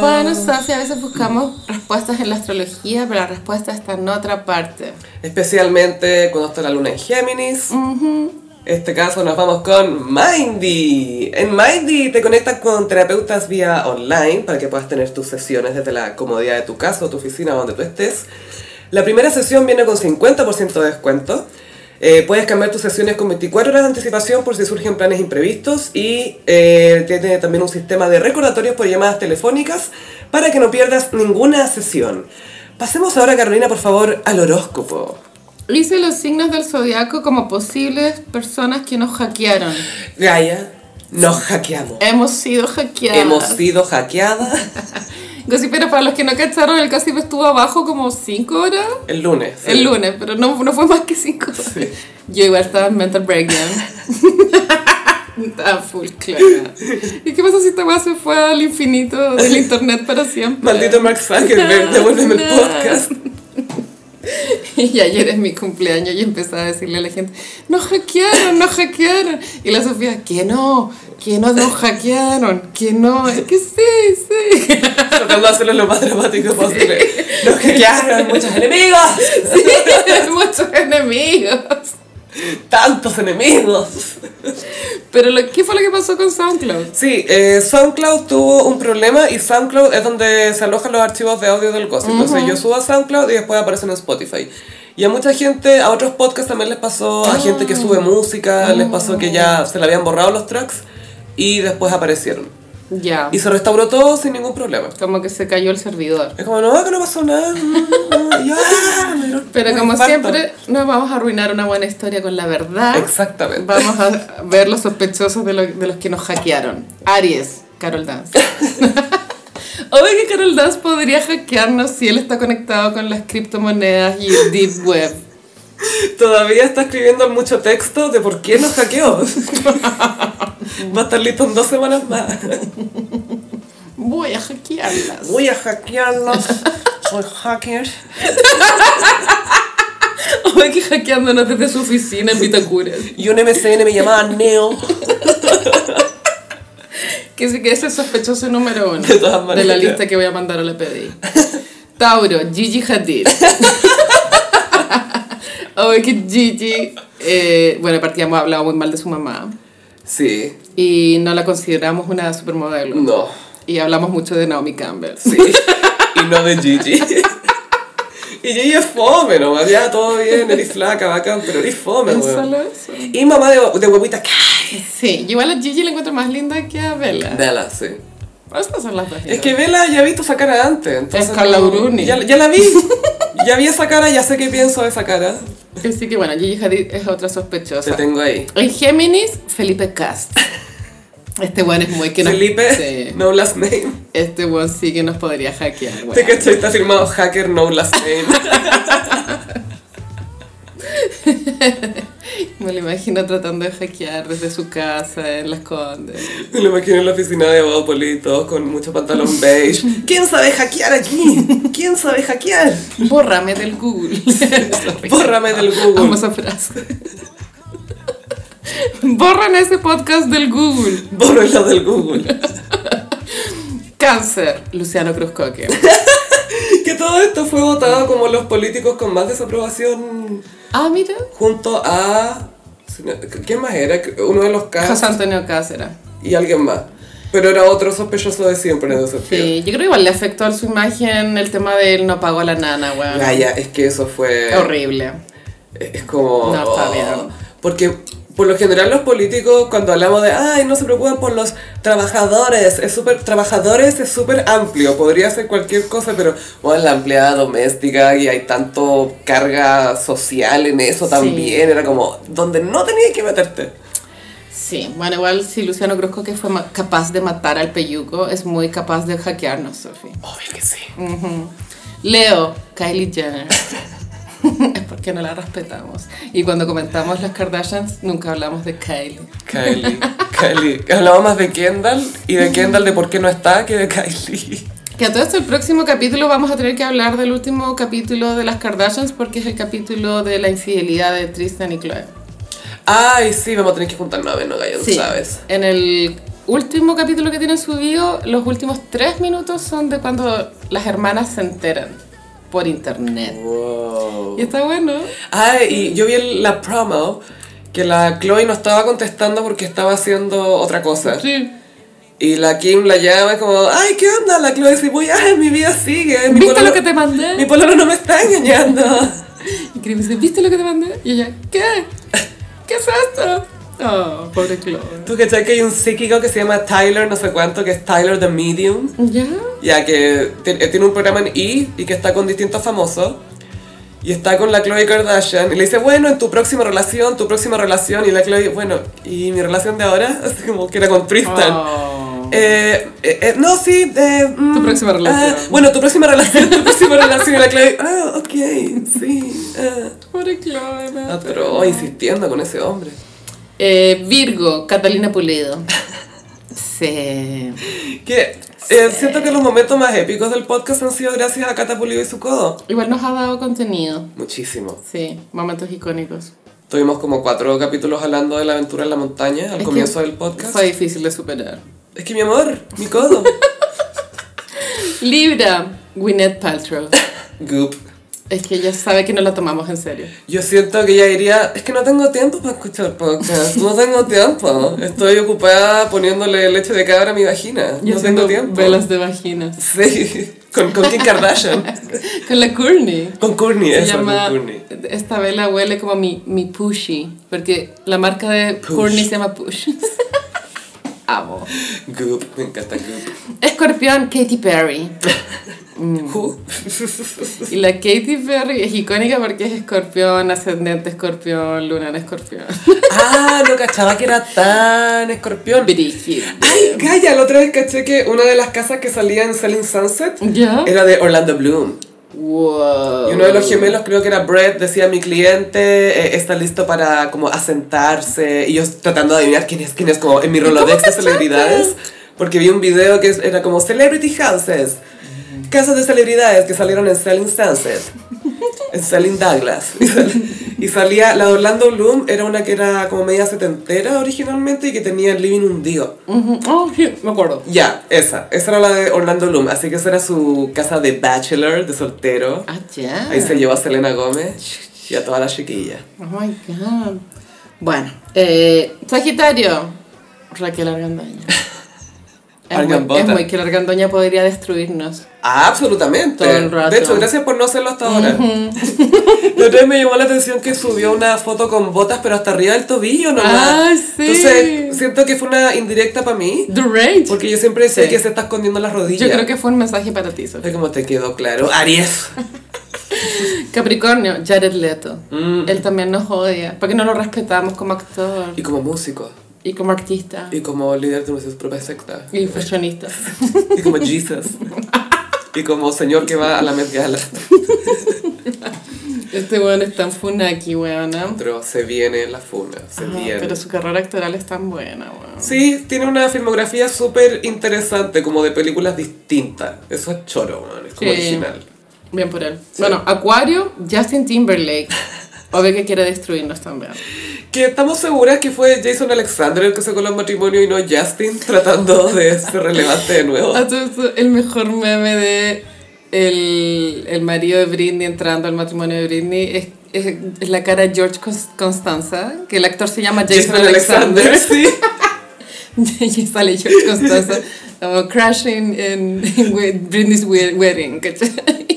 B: Bueno, Sofi, a veces buscamos respuestas en la astrología, pero la respuesta está en otra parte.
A: Especialmente cuando está la luna en Géminis. Este caso nos vamos con Mindy. En Mindy te conectas con terapeutas vía online para que puedas tener tus sesiones desde la comodidad de tu casa o tu oficina o donde tú estés. La primera sesión viene con 50% de descuento. Eh, puedes cambiar tus sesiones con 24 horas de anticipación por si surgen planes imprevistos y eh, tiene también un sistema de recordatorios por llamadas telefónicas para que no pierdas ninguna sesión. Pasemos ahora, Carolina, por favor, al horóscopo.
B: Hice los signos del zodiaco como posibles personas que nos hackearon.
A: Gaia, nos hackeamos.
B: Hemos sido hackeadas.
A: Hemos sido hackeadas
B: Gossip, pero para los que no cacharon, el Gossip estuvo abajo como 5 horas.
A: el lunes. sí.
B: El lunes, pero no, no fue más que cinco horas. Yo igual estaba en mental breakdown. estaba full clara. ¿Y qué pasa si esta weá se fue al infinito del internet para siempre?
A: Maldito Mark Zuckerberg, devuélveme el
B: No.
A: podcast.
B: Y ayer es mi cumpleaños y empezaba a decirle a la gente, nos hackearon, nos hackearon. Y la Sofía, que no, que no nos hackearon, que no, es que sí, sí.
A: Tratando de hacerlo lo más dramático posible. Nos hackearon muchos enemigos.
B: Sí, muchos enemigos.
A: Tantos enemigos.
B: Pero lo, ¿qué fue lo que pasó con SoundCloud?
A: Sí, eh, SoundCloud tuvo un problema y SoundCloud es donde se alojan los archivos de audio del gossip. Entonces yo subo a SoundCloud y después aparecen en Spotify. Y a mucha gente, a otros podcasts también les pasó, a gente
B: Ah.
A: que sube música, les pasó que ya se le habían borrado los tracks y después aparecieron.
B: Ya.
A: Y se restauró todo sin ningún problema.
B: Como que se cayó el servidor.
A: Es como, no, que no pasó nada. no, no, ya, me dio
B: Pero
A: un
B: como
A: infarto.
B: siempre, ¿ah? no vamos a arruinar una buena historia con la verdad.
A: Exactamente.
B: Vamos a ver los sospechosos de, lo- de los que nos hackearon. Aries, Carol Dance. Obvio que Carol Dance podría hackearnos si él está conectado con las criptomonedas y el Deep Web.
A: Todavía está escribiendo mucho texto de por qué nos hackeó. Va a estar listo en dos semanas más.
B: Voy a hackearlas.
A: Voy a hackearlos. Soy hacker.
B: Obvio que hackeándonos desde su oficina en Vitacura.
A: Y un MCN me llamaba Neo.
B: Que sí que es el sospechoso número uno
A: De todas maneras.
B: de la lista que voy a mandar a la PDI. Tauro, Gigi Hadid. Oye, que Gigi. eh, bueno, aparte ya hemos hablado muy mal de su mamá
A: Sí.
B: y no la consideramos una supermodelo.
A: No.
B: Y hablamos mucho de Naomi Campbell.
A: Sí. Y no de Gigi. Y Gigi es fome, nomás. Ya todo bien, eres flaca, bacán, pero eres fome,
B: ¿Es
A: weón.
B: solo eso?
A: Y mamá de, de huevita, ¡ay!
B: Sí, yo igual a Gigi la encuentro más linda que a Bella. Pues
A: Bella, sí.
B: Estas son las dos.
A: Es que Vela ya he visto esa cara antes. Entonces
B: Es Carla
A: no-
B: Bruni.
A: Ya, ya la vi. ya vi esa cara, ya sé qué pienso de esa cara.
B: Así que bueno, Gigi Hadid es otra
A: Te
B: sospechosa.
A: tengo ahí.
B: En Géminis, Felipe Cast. Este weón es muy que nos...
A: Felipe,
B: Sí.
A: no last name.
B: Este weón sí que nos podría hackear, weón.
A: Te caché, está firmado hacker, no last name.
B: Me lo imagino tratando de hackear desde su casa, en Las Condes.
A: Me lo imagino en la oficina de Bópoli, todos con mucho pantalón beige. ¿Quién sabe hackear aquí? ¿Quién sabe hackear?
B: Bórrame del Google.
A: Bórrame del Google.
B: Amo esa frase. Borran ese podcast del Google.
A: Bórralo del Google.
B: Cáncer, Luciano Cruzcoque.
A: Que todo esto fue votado como los políticos con más desaprobación
B: Ah, mira.
A: junto a... ¿Quién más era? Uno de los
B: José
A: casos
B: Antonio Cáceres.
A: y alguien más. Pero era otro sospechoso de siempre en ese sentido.
B: Sí, yo creo que igual le afectó a su imagen el tema de él no pagó a la nana, weón.
A: Gaya, es que eso fue...
B: Horrible.
A: Es como... oh,
B: No, está bien.
A: Porque por lo general los políticos cuando hablamos de, ay, no se preocupen por los trabajadores, es súper, trabajadores es súper amplio, podría ser cualquier cosa, pero bueno, la empleada doméstica y hay tanto carga social en eso
B: Sí.
A: también, era como, donde no tenías que meterte.
B: Sí, bueno, igual si Luciano Cruzcoque fue ma- capaz de matar al peyuco, es muy capaz de hackearnos, Sofi.
A: Obvio que sí.
B: Leo, Kylie Jenner. es porque no la respetamos. Y cuando comentamos las Kardashians, nunca hablamos de Kylie.
A: Kylie, Kylie. Hablaba más de Kendall y de Kendall de por qué no está que de Kylie.
B: Que a todo esto, el próximo capítulo vamos a tener que hablar del último capítulo de las Kardashians porque es el capítulo de la infidelidad de Tristan y Chloe.
A: Ay, sí, vamos a tener que juntarnos a ver, no, Gaya, tú sabes.
B: En el último capítulo que tienen subido, los últimos tres minutos son de cuando las hermanas se enteran por internet.
A: Wow.
B: Y está bueno.
A: Ah, y yo vi el- la promo que la Chloe no estaba contestando porque estaba haciendo otra cosa.
B: Sí.
A: Y la Kim la llama como, ay, ¿qué onda? La Chloe dice, voy, ay, mi vida sigue. Mi
B: ¿Viste
A: pololo-
B: lo que te
A: Mi
B: mandé?
A: pololo no me está engañando.
B: Y Chris dice, ¿viste lo que te mandé? Y ella, ¿qué? ¿Qué es esto? Oh, pobre Chloe.
A: ¿Tú cachai que hay un psíquico que se llama Tyler, no sé cuánto, que es Tyler the Medium?
B: ¿Ya?
A: Ya que ti- eh, tiene un programa en E y que está con distintos famosos. Y está con la Chloe Kardashian. Y le dice, bueno, en tu próxima relación, tu próxima relación. Y la Chloe, bueno, ¿y mi relación de ahora? Así como que era con Tristan.
B: Oh.
A: Eh, eh, eh, no, sí. eh, mm,
B: Tu próxima relación.
A: ah, bueno, tu próxima relación, tu próxima relación. Y la Chloe, ah, ok, sí. ah".
B: Pobre Chloe. me da
A: Ah, pero insistiendo con ese hombre.
B: Eh, Virgo, Catalina Pulido. Sí.
A: Que eh, siento que los momentos más épicos del podcast han sido gracias a Catapulido y su codo.
B: Igual nos ha dado contenido.
A: Muchísimo.
B: Sí, momentos icónicos.
A: Tuvimos como cuatro capítulos hablando de la aventura en la montaña al
B: que
A: comienzo del podcast.
B: Fue difícil de superar.
A: Es que mi amor, mi codo.
B: Libra, Gwyneth Paltrow.
A: Goop.
B: Es que ella sabe que no la tomamos en serio.
A: Yo siento que ella diría, es que no tengo tiempo para escuchar podcast, no tengo tiempo. Estoy ocupada poniéndole leche de cabra a mi vagina.
B: Yo
A: no tengo
B: haciendo
A: tiempo.
B: Velas de vaginas.
A: Sí, con, con Kim Kardashian.
B: Con la Courtney.
A: Con Courtney,
B: Se
A: eso,
B: llama,
A: con Courtney.
B: esta vela huele como mi, mi pushy, porque la marca de
A: Push.
B: Courtney se llama Push. Amo.
A: Goop, me encanta Goop.
B: Escorpión, Katy Perry. Mm.
A: Who?
B: Y la Katy Perry es icónica porque es escorpión, ascendente escorpión, luna en escorpión.
A: Ah, no cachaba que era tan escorpión.
B: Brígida.
A: Ay, calla, la otra vez caché que una de las casas que salía en Selling Sunset
B: ¿Ya?
A: era de Orlando Bloom.
B: Wow.
A: Y uno de los gemelos, creo que era Brett, decía, mi cliente eh, está listo para como asentarse. Y yo tratando de adivinar quién es, quién es, como en mi Rolodex de celebridades. Porque vi un video que es- era como Celebrity Houses. Casas de celebridades que salieron en Selling Sunset. En Selling Douglas. Y, sal- y salía, la de Orlando Bloom era una que era como media setentera originalmente y que tenía el living hundido.
B: Ujú. Oh, sí, me acuerdo.
A: Ya, esa. Esa era la de Orlando Bloom. Así que esa era su casa de bachelor, de soltero.
B: Ah, ya.
A: Ahí se llevó a Selena Gómez y a toda la chiquilla.
B: Oh my god. Bueno, eh, Sagitario, Raquel Argandoña. Es muy,
A: Argambota.
B: es muy que la Argandoña podría destruirnos.
A: Ah, absolutamente.
B: Todo el rato.
A: De hecho, gracias por no hacerlo hasta ahora. La otra vez me llamó la atención que subió una foto con botas, pero hasta arriba del tobillo nomás.
B: Ah, sí.
A: Entonces, siento que fue una indirecta para mí,
B: The Rage.
A: porque yo siempre sé
B: Sí.
A: que se está escondiendo las rodillas.
B: Yo creo que fue un mensaje para ti, Sofía.
A: Es como te quedó claro. Aries.
B: Capricornio, Jared Leto. Él también nos odia, porque no lo respetamos como actor
A: Mm. Y como músico.
B: y como artista
A: Y como líder de nuestra propia secta.
B: y fashionista.
A: Y como Jesus. Y como señor que va a la Met Gala.
B: Este weón es tan funaki, weón.
A: Pero se viene la funa. Se viene.
B: Pero su carrera actoral es tan buena, weón.
A: Sí, tiene una filmografía súper interesante, como de películas distintas. Eso es choro, man. es como
B: Sí.
A: original.
B: Bien por él. Bueno, Acuario, Justin Timberlake. Obvio que quiere destruirnos también.
A: Que estamos seguras que fue Jason Alexander el que sacó el matrimonio y no Justin tratando de ser relevante de nuevo.
B: A todo esto, el mejor meme de el, el marido de Britney entrando al matrimonio de Britney es, es- es la cara de George Cons- Constanza, que el actor se llama Jason, Alexander.
A: sí.
B: y ahí sale George Constanza como crashing in, in we- Britney's we- wedding, ¿cachai?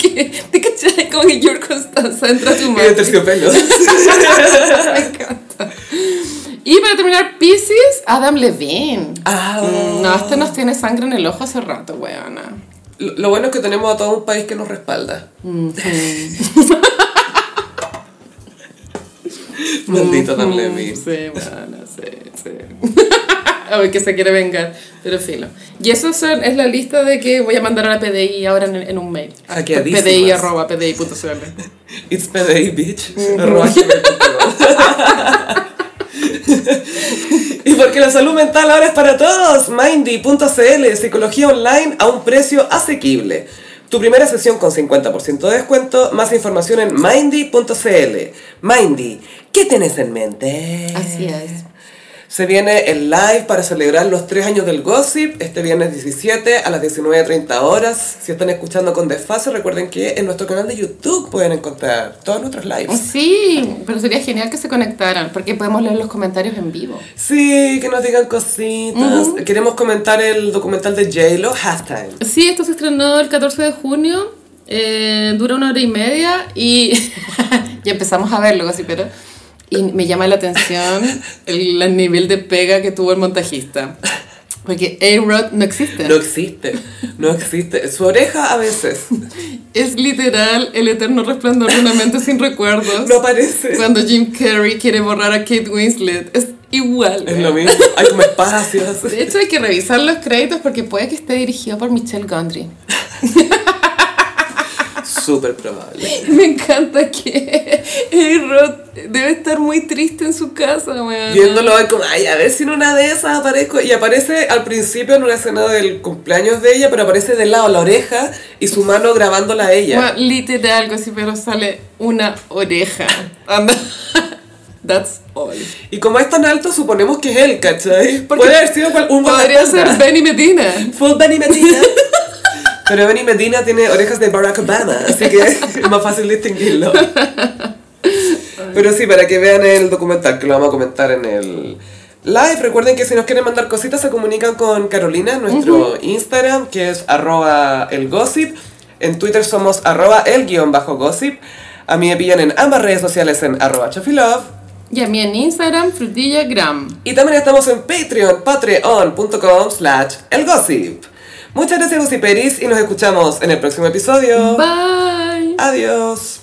B: Que- ¿Te cachai? Como que George Constanza entra a tu
A: Y
B: madre.
A: de terciopelo.
B: Me encanta. Y para terminar, Pisces, Adam Levine.
A: Ah.
B: No, este nos tiene sangre en el ojo hace rato, weona.
A: Lo lo bueno es que tenemos a todo un país que nos respalda.
B: Mm,
A: Maldito Adam Levine.
B: Sí, weona, sí, sí. A ver, que se quiere vengar, pero filo. Y eso son- es la lista de que voy a mandar a la PDI ahora en, en un mail.
A: Hackeadísimas.
B: PDI arroba PDI.cl.
A: It's PDI, bitch. Arroba gmail.com. Y porque la salud mental ahora es para todos. Mindy.cl, psicología online a un precio asequible. Tu primera sesión con 50% de descuento. Más información en Mindy.cl. Mindy, ¿qué tienes en mente?
B: Así es.
A: Se viene el live para celebrar los tres años del gossip, este viernes 17 a las 19.30 horas. Si están escuchando con desfase, recuerden que en nuestro canal de YouTube pueden encontrar todos nuestros lives.
B: Sí, pero sería genial que se conectaran, porque podemos leer los comentarios en vivo.
A: Sí, que nos digan cositas. Queremos comentar el documental de J-Lo, Halftime.
B: Sí, esto se estrenó el 14 de junio, eh, dura una hora y media y ya empezamos a verlo casi, pero... Y me llama la atención el, el nivel de pega que tuvo el montajista. Porque A-Rod no existe.
A: No existe, no existe. Su oreja a veces
B: Es literal el eterno resplandor de una mente sin recuerdos.
A: no aparece.
B: Cuando Jim Carrey quiere borrar a Kate Winslet. Es igual.
A: Es
B: weón.
A: lo mismo, hay como espacios.
B: De hecho, hay que revisar los créditos porque puede que esté dirigido por Michelle Gondry.
A: Súper probable.
B: Me encanta que A-Rod debe estar muy triste en su casa, weón.
A: Viéndolo es como, ay, a ver si en una de esas aparezco. Y aparece al principio en una escena del cumpleaños de ella, pero aparece de lado la oreja y su mano grabándola a ella.
B: Weón, literal, así, pero sale una oreja. Anda. That's all.
A: Y como es tan alto, suponemos que es él, ¿cachai?
B: Porque
A: Puede haber sido cual- un
B: Podría ser
A: guardaespaldas.
B: Benny Medina.
A: Full Benny Medina. Pero Benny Medina tiene orejas de Barack Obama, así que es más fácil distinguirlo. Pero sí, para que vean el documental, que lo vamos a comentar en el live. Recuerden que si nos quieren mandar cositas, se comunican con Carolina, en nuestro Instagram, que es arroba elgossip. En Twitter somos arroba el guión bajo gossip. A mí me pillan en ambas redes sociales en arroba chofilove.
B: Y a mí en Instagram, frutillagram.
A: Y también estamos en Patreon, patreon.com slash elgossip. Muchas gracias, Gossiperis, y nos escuchamos en el próximo episodio.
B: Bye.
A: Adiós.